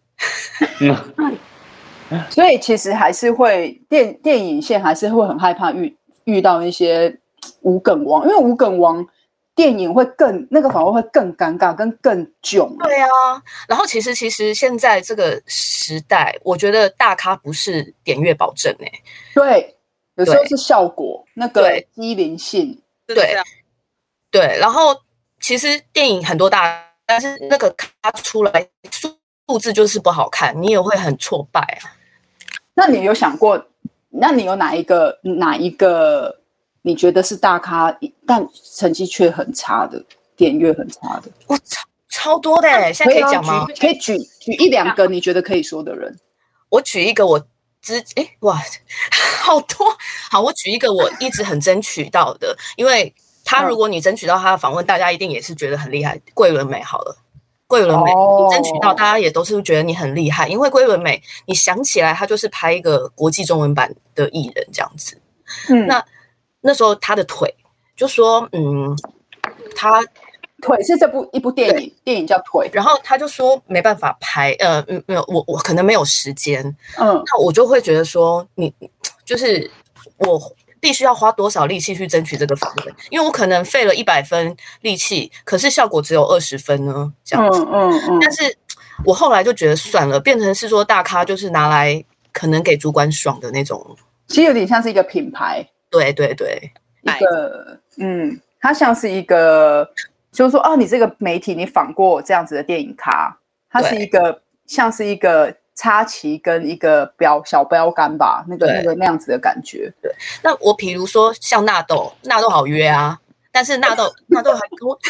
嗯，所以其实还是会电电影线还是会很害怕遇遇到一些嘖无梗王，因为无梗王电影会更那个反而会更尴尬，跟更囧。对啊，然后其实其实现在这个时代，我觉得大咖不是点阅保证哎、对，有时候是效果那个对机灵性。真的这样对，然后其实电影很多大，但是那个咖出来数数字就是不好看，你也会很挫败啊。那你有想过？那你有哪一个哪一个你觉得是大咖，但成绩却很差的，点阅很差的？我超超多的、欸，现在可以讲吗？举可以举举一两个你觉得可以说的人。我举一个我之哎、哇，好多好，我举一个我一直很争取到的，因为他嗯如果你争取到他的访问，大家一定也是觉得很厉害。桂纶镁好了，桂纶镁、哦你争取到，大家也都是觉得你很厉害，因为桂纶镁你想起来他就是拍一个国际中文版的艺人这样子。嗯那那时候他的腿就说嗯，他腿是这部一部电影，电影叫腿。然后他就说没办法拍，呃，嗯没有我我可能没有时间，嗯，那我就会觉得说，你就是我必须要花多少力气去争取这个访问，因为我可能费了一百分力气，可是效果只有二十分呢，这样嗯子。嗯嗯但是我后来就觉得算了，变成是说大咖就是拿来可能给主管爽的那种。其实有点像是一个品牌，对对对，一个嗯，它像是一个，就是说哦，你这个媒体你访过这样子的电影咖，它是一个像是一个插旗跟一个标小标杆吧，那个对那个那样子的感觉。那我比如说像纳豆，纳豆好约啊，但是纳豆纳豆还跟我。 [LAUGHS]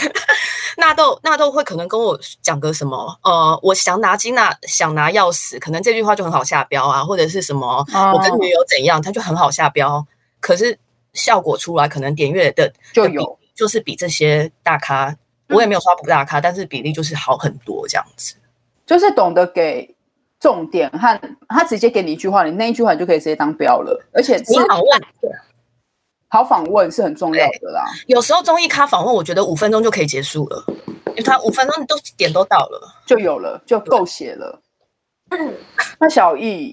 纳豆纳豆会可能跟我讲个什么，呃，我想拿金娜，想拿钥匙，可能这句话就很好下标啊，或者是什么，哦我跟女友怎样，他就很好下标，可是效果出来可能点阅的就的比有就是比这些大咖，我也没有说他不大咖，但是比例就是好很多这样子。就是懂得给重点和他直接给你一句话，你那一句话你就可以直接当标了，而且你是好问，好访问是很重要的啦。有时候综艺咖访问，我觉得五分钟就可以结束了，因为他五分钟都点都到了，就有了，就够写了。 [CLEARS THROAT] 那小易，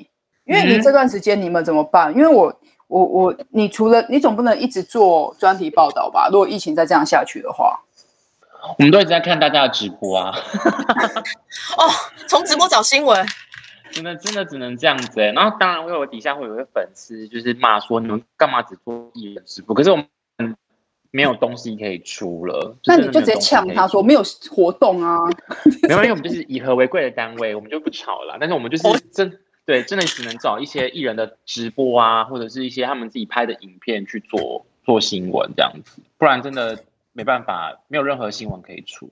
因为嗯你这段时间你们怎么办？因为我我我，你除了你总不能一直做专题报道吧？如果疫情再这样下去的话，我们都一直在看大家的直播啊，哦从直播找新闻，真的真的只能这样子、欸。然后当然会有底下会有一个粉丝就是骂说你们干嘛只做艺人直播？可是我们没有东西可以出了，那真你的就直没有接东西呛可以他说没有活动啊， [LAUGHS] 没有，因为我们就是以和为贵的单位，我们就不吵了啦。但是我们就是哦真对，真的只能找一些艺人的直播啊，或者是一些他们自己拍的影片去做做新闻这样子，不然真的没办法，没有任何新闻可以出。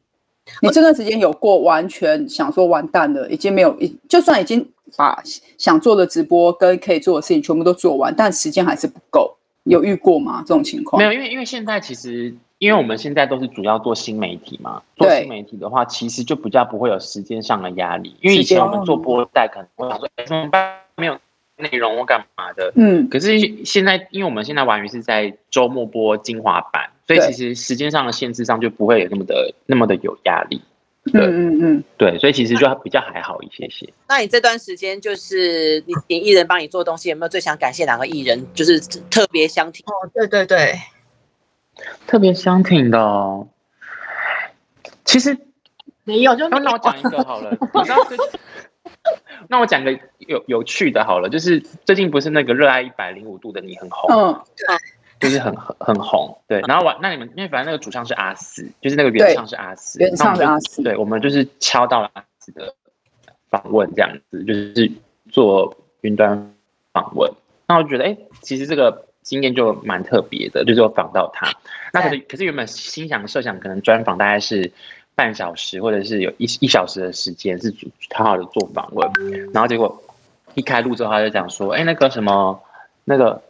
你这段时间有过完全想说完蛋了，已经没有，已就算已经把想做的直播跟可以做的事情全部都做完，但时间还是不够，有遇过吗？这种情况没有，因为因为现在其实，因为我们现在都是主要做新媒体嘛，做对新媒体的话，其实就比较不会有时间上的压力。因为以时间哦前我们做播带，可能会想说，哎，怎么办？没有内容，我干嘛的？嗯，可是现在，因为我们现在完全是在周末播精华版，所以对其实时间上的限制上就不会有那么的那么的有压力。嗯嗯嗯，对，所以其实就比较还好一些些。那你这段时间就是你请艺人帮你做东西，有没有最想感谢哪个艺人？就是特别想听，哦，对对对，特别相挺的、哦，其实没有，就那那我讲一个好了，你知道最近那我讲个有有趣的好了，就是最近不是那个热爱一百零五度的你很红，嗯，就是很很很红，对。然后我那你们因为反正那个主唱是阿四，就是那个原唱是阿四，原唱是阿四那我们就对，我们就是敲到了阿四的访问，这样子就是做云端访问。那我就觉得，哎、其实这个经验就蛮特别的，就是我访到他。那可是可是原本心想设想，可能专访大概是半小时，或者是有一一小时的时间是主好好的做访问，然后结果一开录之后，他就讲说，哎、那个什么，那个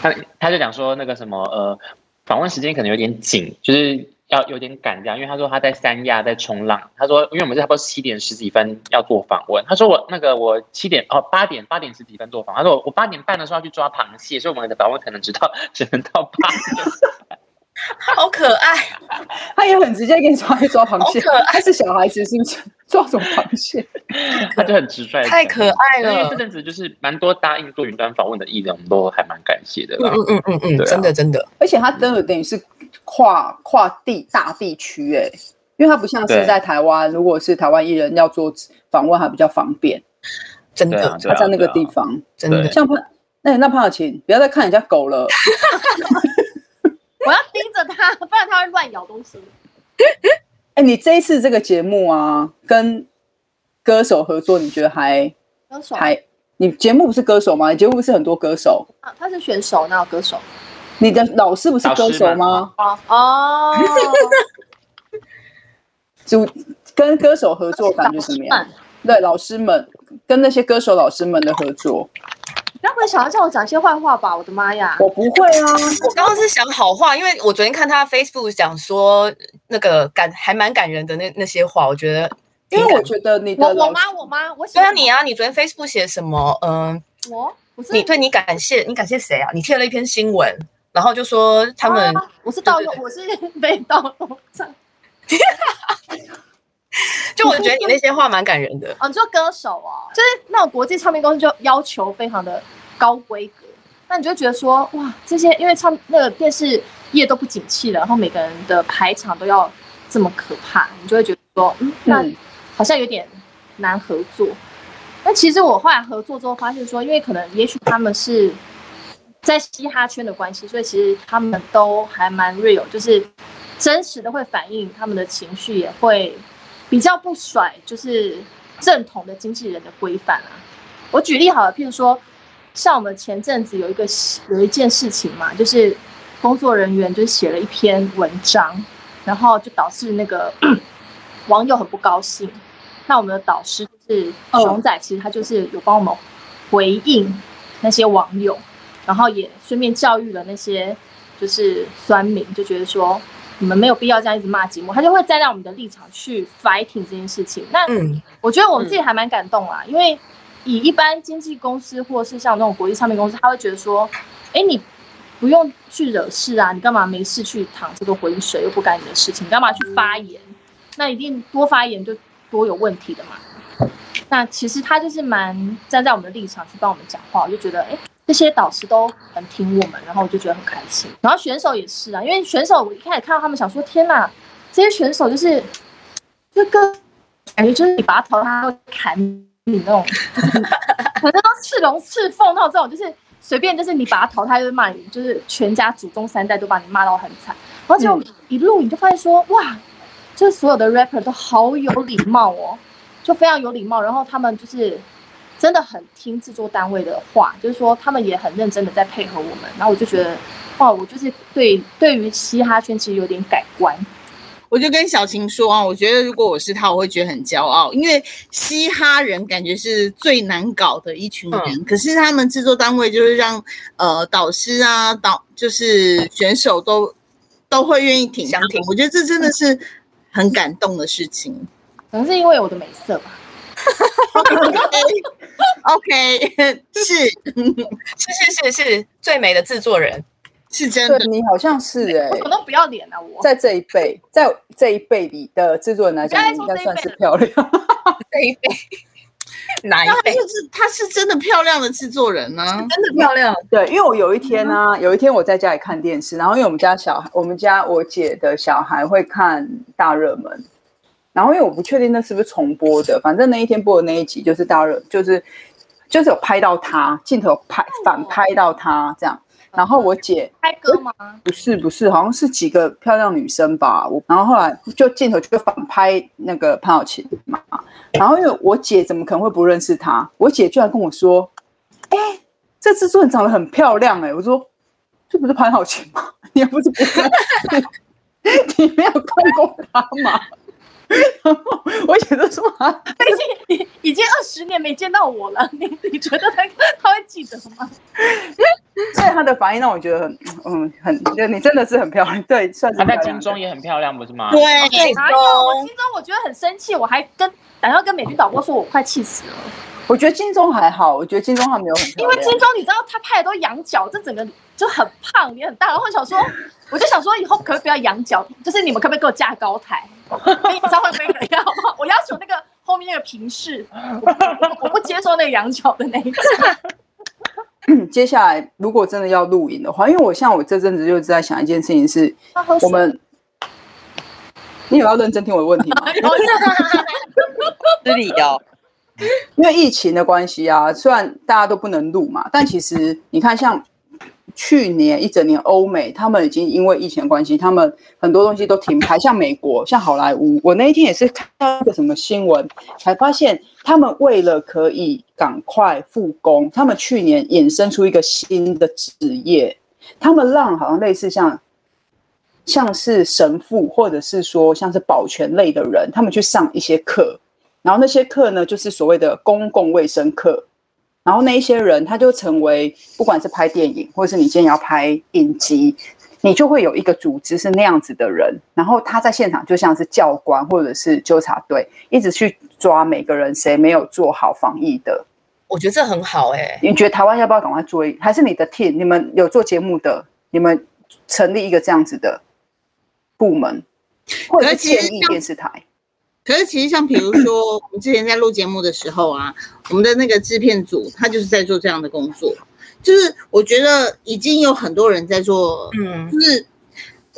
他他就讲说那个什么呃，访问时间可能有点紧，就是要有点赶这样，因为他说他在三亚在冲浪，他说因为我们是差不多七点十几分要做访问，他说我那个我七点哦八点八点十几分做访，他说我我八点半的时候要去抓螃蟹，所以我们的访问可能直到只能到八点。好可爱，他也很直接给你抓一抓螃蟹好可，爱他是小孩子是不是？抓什么螃蟹？ [LAUGHS] 他就很直率。太可爱因为了这。阵子就是蛮多答应做云端访问的艺人，我们都还蛮感谢的嗯啦。嗯嗯嗯嗯，对啊真的真的，而且他真的等于是跨跨地大地区哎、因为他不像是对在台湾，如果是台湾艺人要做访问还比较方便，真对啊的，对他啊，在那个对啊地方，真的对，像潘哎那那潘晓晴，不要再看人家狗了，我要盯着它，不然它会乱咬东西。哎、你这一次这个节目啊，跟歌手合作，你觉得还歌手，还？你节目不是歌手吗？你节目不是很多歌手？啊他是选手，那有歌手你的老师不是歌手吗？哦 [LAUGHS] 哦，主跟歌手合作感觉怎么样？对，老师们跟那些歌手老师们的合作，不要会想要叫我讲一些坏话吧？我的妈呀！我不会啊。我刚刚是想好话，因为我昨天看他 Facebook 讲说那个感还蛮感人的那那些话，我觉得因挺感。为我觉得你我的我老师妈我妈我喜对啊，欢你啊，你昨天 Facebook 写什么？嗯、我我是你对你啊感谢你感谢谁啊？你贴了一篇新闻，然后就说他们、啊我是盗用，我是 [LAUGHS] 被盗用。就我觉得你那些话蛮感人的。哦，你说歌手哦，就是那种国际唱片公司就要求非常的高规格，那你就觉得说，哇，这些因为唱那个电视业都不景气了，然后每个人的排场都要这么可怕，你就会觉得说，嗯，那嗯好像有点难合作。但其实我后来合作之后发现说，因为可能也许他们是在嘻哈圈的关系，所以其实他们都还蛮 real，就是真实的会反映他们的情绪，也会比较不甩，就是正统的经纪人的规范啊。我举例好了，譬如说，像我们前阵子有一个有一件事情嘛，就是工作人员就写了一篇文章，然后就导致那个 [CLEARS THROAT] 网友很不高兴。那我们的导师就是嗯熊仔，其实他就是有帮我们回应那些网友，然后也顺便教育了那些就是酸民，就觉得说你们没有必要这样一直骂节目，他就会站在我们的立场去 fighting 这件事情。那嗯，我觉得我们自己还蛮感动啦，因为以一般经纪公司或是像那种国际唱片公司，他会觉得说，哎，你不用去惹事啊，你干嘛没事去淌这个浑水，又不干你的事情，你干嘛去发言？那一定多发言就多有问题的嘛。那其实他就是蛮站在我们的立场去帮我们讲话，我就觉得，哎，这些导师都很听我们，然后我就觉得很开心。然后选手也是啊，因为选手我一开始看到他们，想说，天哪，这些选手就是就跟感觉就是你把他头他会砍你那种， [LAUGHS] 可能都赤龙赤凤那种，这种就是随便就是你把他淘汰，就会骂你，就是全家祖宗三代都把你骂到很惨。然后结果一路你就发现说，哇，这所有的 rapper 都好有礼貌哦，就非常有礼貌，然后他们就是。真的很听制作单位的话，就是说他们也很认真的在配合我们，然后我就觉得，哇，我就是对对于嘻哈圈其实有点改观，我就跟小晴说啊，我觉得如果我是他，我会觉得很骄傲，因为嘻哈人感觉是最难搞的一群人，可是他们制作单位就是让呃导师啊导就是选手都都会愿意挺他们想挺我觉得这真的是很感动的事情。可能是因为我的美色吧。 OK，是是是是是，最美的制作人，是真对的，你好像是哎、我怎么都不要脸啊！我在这一辈，在这一辈里的制作人来讲，不要再你应该说这一算辈是了漂亮。 [LAUGHS] 这一辈哪一那他辈？就是他是真的漂亮的制作人呢、真的漂亮，对，因为我有一天呢、有一天我在家里看电视，然后因为我们家小孩，我们家我姐的小孩会看大热门，然后因为我不确定那是不是重播的，反正那一天播的那一集就是大热，就是就是有拍到他镜头拍反拍到他这样，然后我姐拍歌吗？不是不是，好像是几个漂亮女生吧。我然后后来就镜头就反拍那个潘晓晴嘛。然后因为我姐怎么可能会不认识她？我姐居然跟我说：“哎、这制作人长得很漂亮哎、我说：“这不是潘晓晴吗？ [LAUGHS] 你又不是不认识 [LAUGHS] 你没有看过她吗？” [LAUGHS] 然后我姐就说：“啊，已经二十年没见到我了， [LAUGHS] 你你觉得他他会记得吗？所以她的反应让我觉得很，嗯，很，就你真的是很漂亮，对，算是嗯她在漂亮啊金钟也很漂亮，不是吗？啊哦对，最哪有？啊我心中我觉得很生气，我还跟打电话跟美军导播说，我快气死了。我觉得金钟还好，我觉得金钟她没有很漂亮，因为金钟你知道他拍的都是羊角，这整个就很胖，也很大。然后我想说，我就想说以后可不可以不要仰角，就是你们可不可以给我架高台？你演唱会没有人要吗？我要求那个后面那个平视，我我不接受那个仰角的那一个。接下来如果真的要露营的话，因为我像我这阵子就是在想一件事情是，要喝水我们，你有要认真听我的问题吗？然后就失礼哦，因为疫情的关系啊，虽然大家都不能录嘛，但其实你看，像去年一整年，欧美他们已经因为疫情的关系，他们很多东西都停拍，像美国，像好莱坞，我那一天也是看到一个什么新闻，才发现他们为了可以赶快复工，他们去年衍生出一个新的职业，他们让好像类似像。像是神父，或者是说像是保全类的人，他们去上一些课，然后那些课呢，就是所谓的公共卫生课。然后那一些人，他就成为不管是拍电影，或是你今天要拍影集，你就会有一个组织是那样子的人，然后他在现场就像是教官或者是纠察队，一直去抓每个人谁没有做好防疫的。我觉得这很好哎、你觉得台湾要不要赶快做一？还是你的 team，你们有做节目的，你们成立一个这样子的部门，或者是可是其实建议像电视台？可是其实像比如说，我们之前在录节目的时候啊，我们的那个制片组他就是在做这样的工作，就是我觉得已经有很多人在做，嗯，就是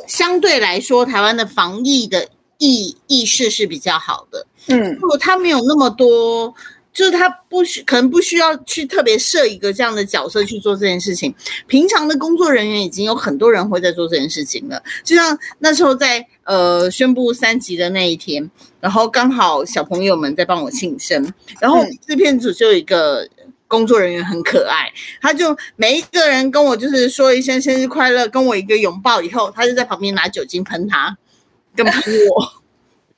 相对来说，台湾的防疫的意意识是比较好的，嗯，如果他没有那么多，就是他不需可能不需要去特别设一个这样的角色去做这件事情。平常的工作人员已经有很多人会在做这件事情了。就像那时候在呃宣布三级的那一天，然后刚好小朋友们在帮我庆生，然后嗯制片组就有一个。工作人员很可爱，他就每一个人跟我就是说一声生日快乐，跟我一个拥抱以后，他就在旁边拿酒精喷他，跟喷我。 [LAUGHS] 嗯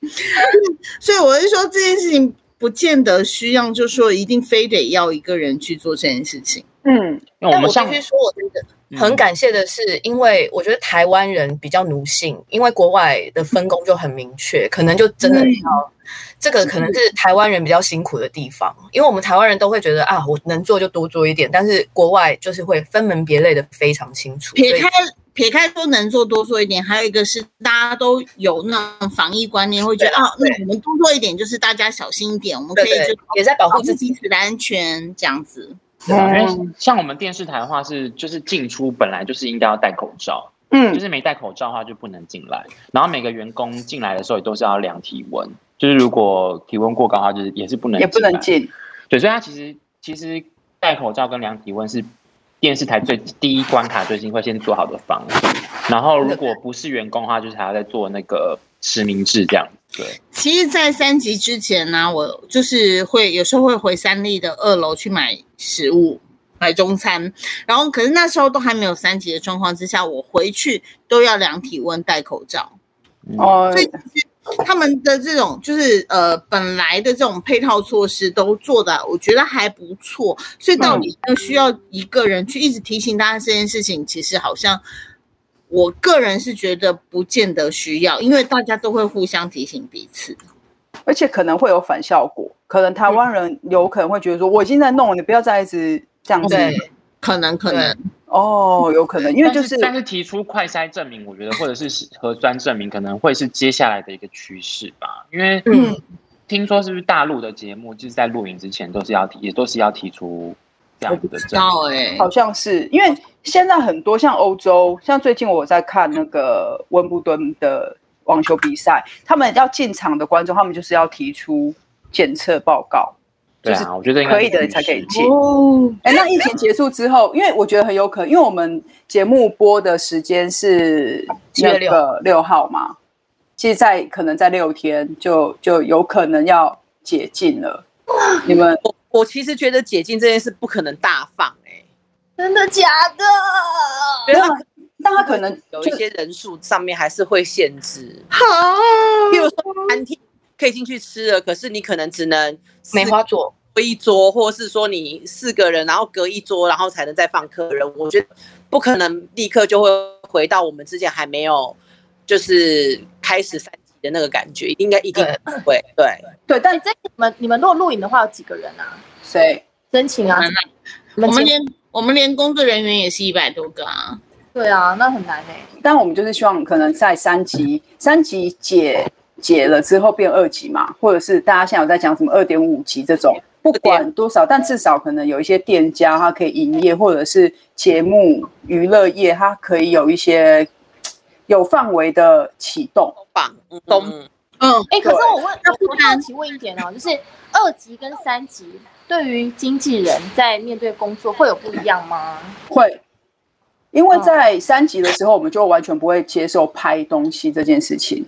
所以我是说这件事情不见得需要，就说一定非得要一个人去做这件事情。嗯，因为我但们我上必须说，我真的很嗯感谢的是，因为我觉得台湾人比较奴性，因为国外的分工就很明确，可能就真的要这个可能是台湾人比较辛苦的地方，因为我们台湾人都会觉得啊，我能做就多做一点，但是国外就是会分门别类的非常清楚，所撇以开撇开说能做多做一点，还有一个是大家都有那种防疫观念，会觉得对啊啊，那我们多做一点就是大家小心一点，我们可对以就对，也在保保护护自己彼。此的安全这样子。对吧因为嗯像我们电视台的话是，就是进出本来就是应该要戴口罩，就嗯，是没戴口罩的话就不能进来。然后每个员工进来的时候也都是要量体温，就是如果体温过高的话，就是也是不能也不能来进。对，所以它其实其实戴口罩跟量体温是电视台最第一关卡，最近会先做好的防护。然后如果不是员工的话，就是还要再做那个实名制这样。对，其实，在三级之前呢、我就是会有时候会回三立的二楼去买食物，买中餐。然后，可是那时候都还没有三级的状况之下，我回去都要量体温、戴口罩。嗯、哦，所以他们的这种就是呃本来的这种配套措施都做的，我觉得还不错。所以到底要需要一个人去一直提醒大家这件事情，其实好像我个人是觉得不见得需要，因为大家都会互相提醒彼此。而且可能会有反效果，可能台湾人有可能会觉得说，我已经在弄了，你不要再一直这样子。对，可能可能，哦，有可能，因为就但是但是提出快筛证明，我觉得或者是核酸证明，可能会是接下来的一个趋势吧。因为嗯，听说是不是大陆的节目，就是在录影之前都是要提，也都是要提出这样子的证到明。哎、好像是因为现在很多像欧洲，像最近我在看那个温布顿的网球比赛，他们要进场的观众，他们就是要提出检测报告，对就是啊，我觉得应该可以是的趋人才可以势进。哦，哎，那疫情结束之后，因为我觉得很有可能，因为我们节目播的时间是7月那个六号嘛，其实在可能在六天就就有可能要解禁了。你们我我其实觉得解禁这件事不可能大放 [LAUGHS] 哎、真的假因的？为它但他可能有就一些人数上面还是会限制，好啊譬如说餐厅可以进去吃了，可是你可能只能四梅花座，隔一桌，或是说你四个人，然后隔一桌，然后才能再放客人。我觉得不可能立刻就会回到我们之前还没有就是开始三级的那个感觉，应该一定不会。对，嗯对，哎但这你们你们如果录影的话有几个人啊？谁？真情啊，我我们我们们连我们连工作人员也是一百多个啊。对啊，那很难哎、但我们就是希望可能在三级，三级解解了之后变二级嘛，或者是大家现在有在讲什么二点五级这种，不管多少，但至少可能有一些店家它可以营业，或者是节目娱乐业它可以有一些有范围的启动。东榜，嗯东嗯嗯，哎、可是对我问，我我好奇问一点哦，就是二级跟三级对于经纪人在面对工作会有不一样吗？会，因为在三级的时候，我们就完全不会接受拍东西这件事情。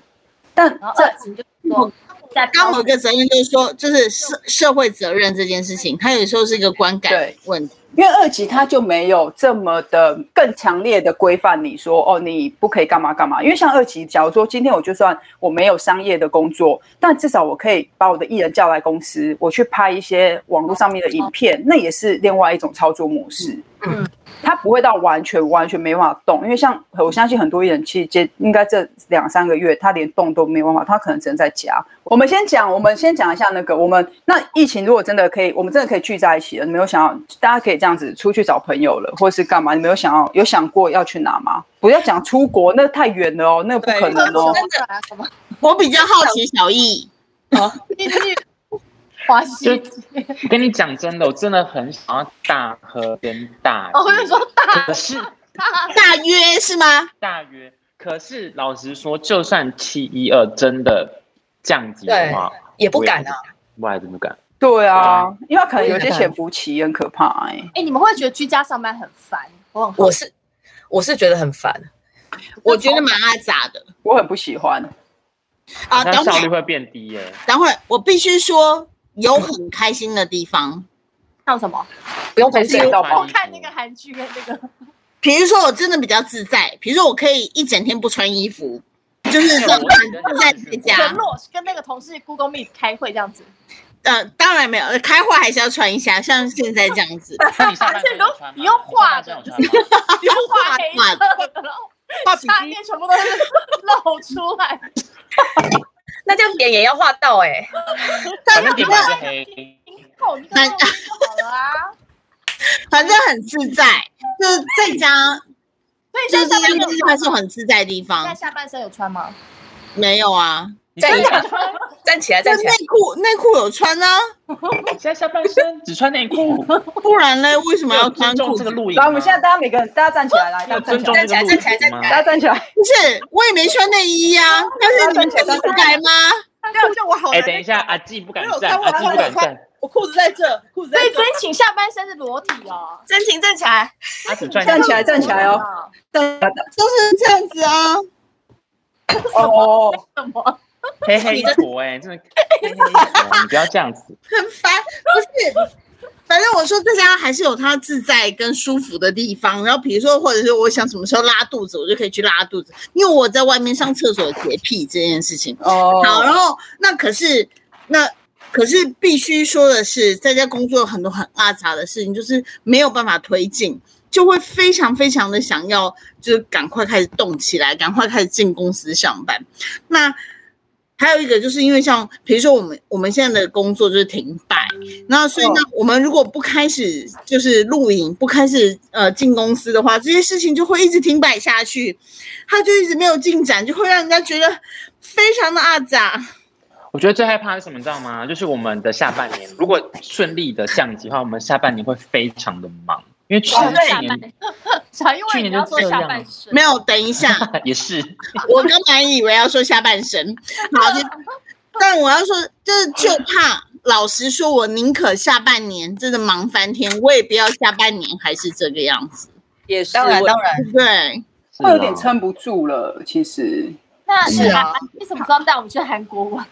但然后二在级就是说在刚某一个责任就是说，就是社社会责任这件事情，它有时候是一个观感对问题。因为二级它就没有这么的更强烈的规范你说哦，你不可以干嘛干嘛。因为像二级，假如说今天我就算我没有商业的工作，但至少我可以把我的艺人叫来公司，我去拍一些网络上面的影片，那也是另外一种操作模式。嗯，它不会到完全完全没办法动，因为像我相信很多艺人其实接应该这两三个月他连动都没有办法，他可能只能在家。我们先讲，我们先讲一下那个，我们那疫情如果真的可以，我们真的可以聚在一起了，你没有想要大家可以这样子出去找朋友了，或是干嘛？你没有想要有想过要去哪吗？不要讲出国，那太远了哦，那个不可能哦。什么我比较好奇小易，进去滑就雪？跟你讲真的，我真的很想要大喝跟大哦，我就约说大可是 [LAUGHS] 大大约是吗？大约，可是老实说，就算七一二真的降级的话，也不敢啊。我还是不敢。对啊啊，因为可能有对些潜伏期很可怕哎、哎、你们会觉得居家上班很烦？我很好我是我是觉得很烦，我觉得蛮阿杂的我很不喜欢。啊。那等会效率儿，会变低耶、等会儿，我必须说有很开心的地方，像什么？不用同事对欸。到我看那个韩剧跟那个，比如说我真的比较自在，比如说我可以一整天不穿衣服，就是哎这样我也觉得自在在啊家跟。洛跟那个同事 Google Meet 开会这样子，呃，当然没有，呃开会还是要穿一下，像现在这样子。那你上半而且身你都有穿吗？你用画的你上半身有穿吗然后画黑色的，然后画笔下记面全部都是露出来。那这样脸也要画到哎、反正点满是黑。口你跟我就好了啊。反正很自在，就是在家，所以就现是在下因半身为这有句穿话吗是很自在的地现在方。下半身有穿吗？没有啊，你站现一在下，站起来，这站起来。内裤内裤有穿啊，现在下半身只穿内裤，不然嘞为什么没要有穿尊裤重这子个？录影吗。来，我们现在大家每个人，大家站起来，来，大家站要尊起重来，这个录站起来影吗大？家站起来。不是，我也没穿内衣啊，但是你们看得出来吗？这样就我好哎、难。等一下，阿纪不敢没有站，看过阿纪不敢我看站，我裤子在这，裤子在所以这真。情下半身是裸体哦。真情站起来，他只穿站起来，站起来哦！啊站都是这样子啊，哦，什么？黑黑一坨哎、真的黑黑一坨，你不要这样子。很烦，不是。反正我说在家还是有它自在跟舒服的地方，然后比如说，或者是我想什么时候拉肚子，我就可以去拉肚子，因为我在外面上厕所有洁癖这件事情。哦，好，然后那可是那可是必须说的是，在家工作有很多很阿杂的事情，就是没有办法推进，就会非常非常的想要，就是赶快开始动起来，赶快开始进公司上班。那还有一个就是因为像比如说我们我们现在的工作就是停摆，那所以呢，我们如果不开始就是录影，不开始呃进公司的话，这些事情就会一直停摆下去，它就一直没有进展，就会让人家觉得非常的阿杂。我觉得最害怕的是什么，你知道吗？就是我们的下半年，如果顺利的降级的话，我们下半年会非常的忙，因为去哦对年、小因为你要说下半身，没有，等 [LAUGHS] 一下，也是我刚本以为要说下半身，好，就但我要说，就是就怕。老实说，我宁可下半年真的忙翻天，我也不要下半年还是这个样子。也是，当然当然对，不对，是会有点啦撑不住了，其实。那是啊，你什么时候带我们去韩国玩？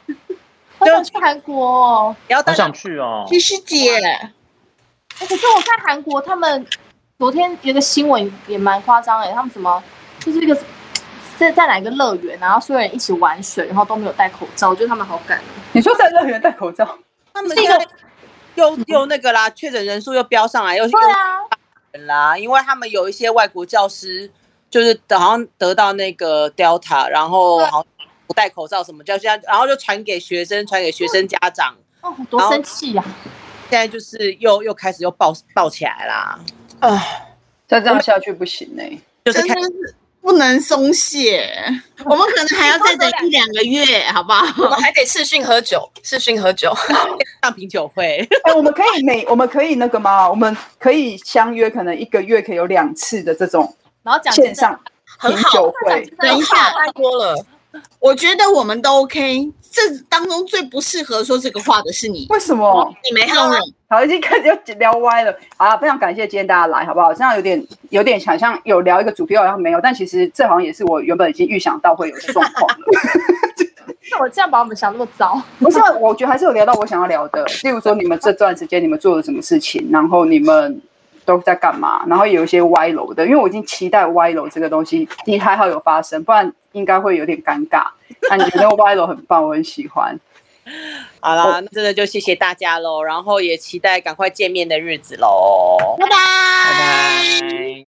我想去韩国哦。不要好大家想去哦。西西姐，欸可是我看韩国，他们昨天有个新闻也蛮夸张哎，他们什么就是一个在在哪一个乐园，然后所有人一起玩水，然后都没有戴口罩，我觉得他们好敢哦。你说在乐园戴口罩，他们这现个在又又那个啦，确诊人数又飙上来，又又对啊，人啦，因为他们有一些外国教师，就是好像得到那个 Delta，然后好像不戴口罩什么，就现在然后就传给学生，传给学生家长，哦，多生气呀、现在就是又又开始又爆爆起来啦。啊，再这样下去不行哎、就是真看的是不能松懈，我们可能还要再等一两个月，好不 [LAUGHS] 我好？们还得视讯喝酒，视讯喝酒。上品酒会， [LAUGHS] 哎、我们可以每我们可以那个吗？我们可以相约，可能一个月可以有两次的这种然后讲线上品很好酒讲会真。的等一下 [LAUGHS] 太多 [LAUGHS] 了，我觉得我们都 OK。这当中最不适合说这个话的是你，为什么？你没这喝啊种吗人？好，已经开始要聊歪了。好了，非常感谢今天大家来，好不好？这样有点有点想象有聊一个主题，好像没有，但其实这好像也是我原本已经预想到会有的状况了。那我这样把我们想那么糟， [LAUGHS] 不是，我觉得还是有聊到我想要聊的，例如说你们这段时间你们做了什么事情，然后你们都在干嘛，然后有一些歪楼的，因为我已经期待歪楼这个东西，你还好有发生，不然应该会有点尴尬。那你觉得歪楼很棒，我很喜欢。好啦，那真的就谢谢大家喽，然后也期待赶快见面的日子喽。拜拜。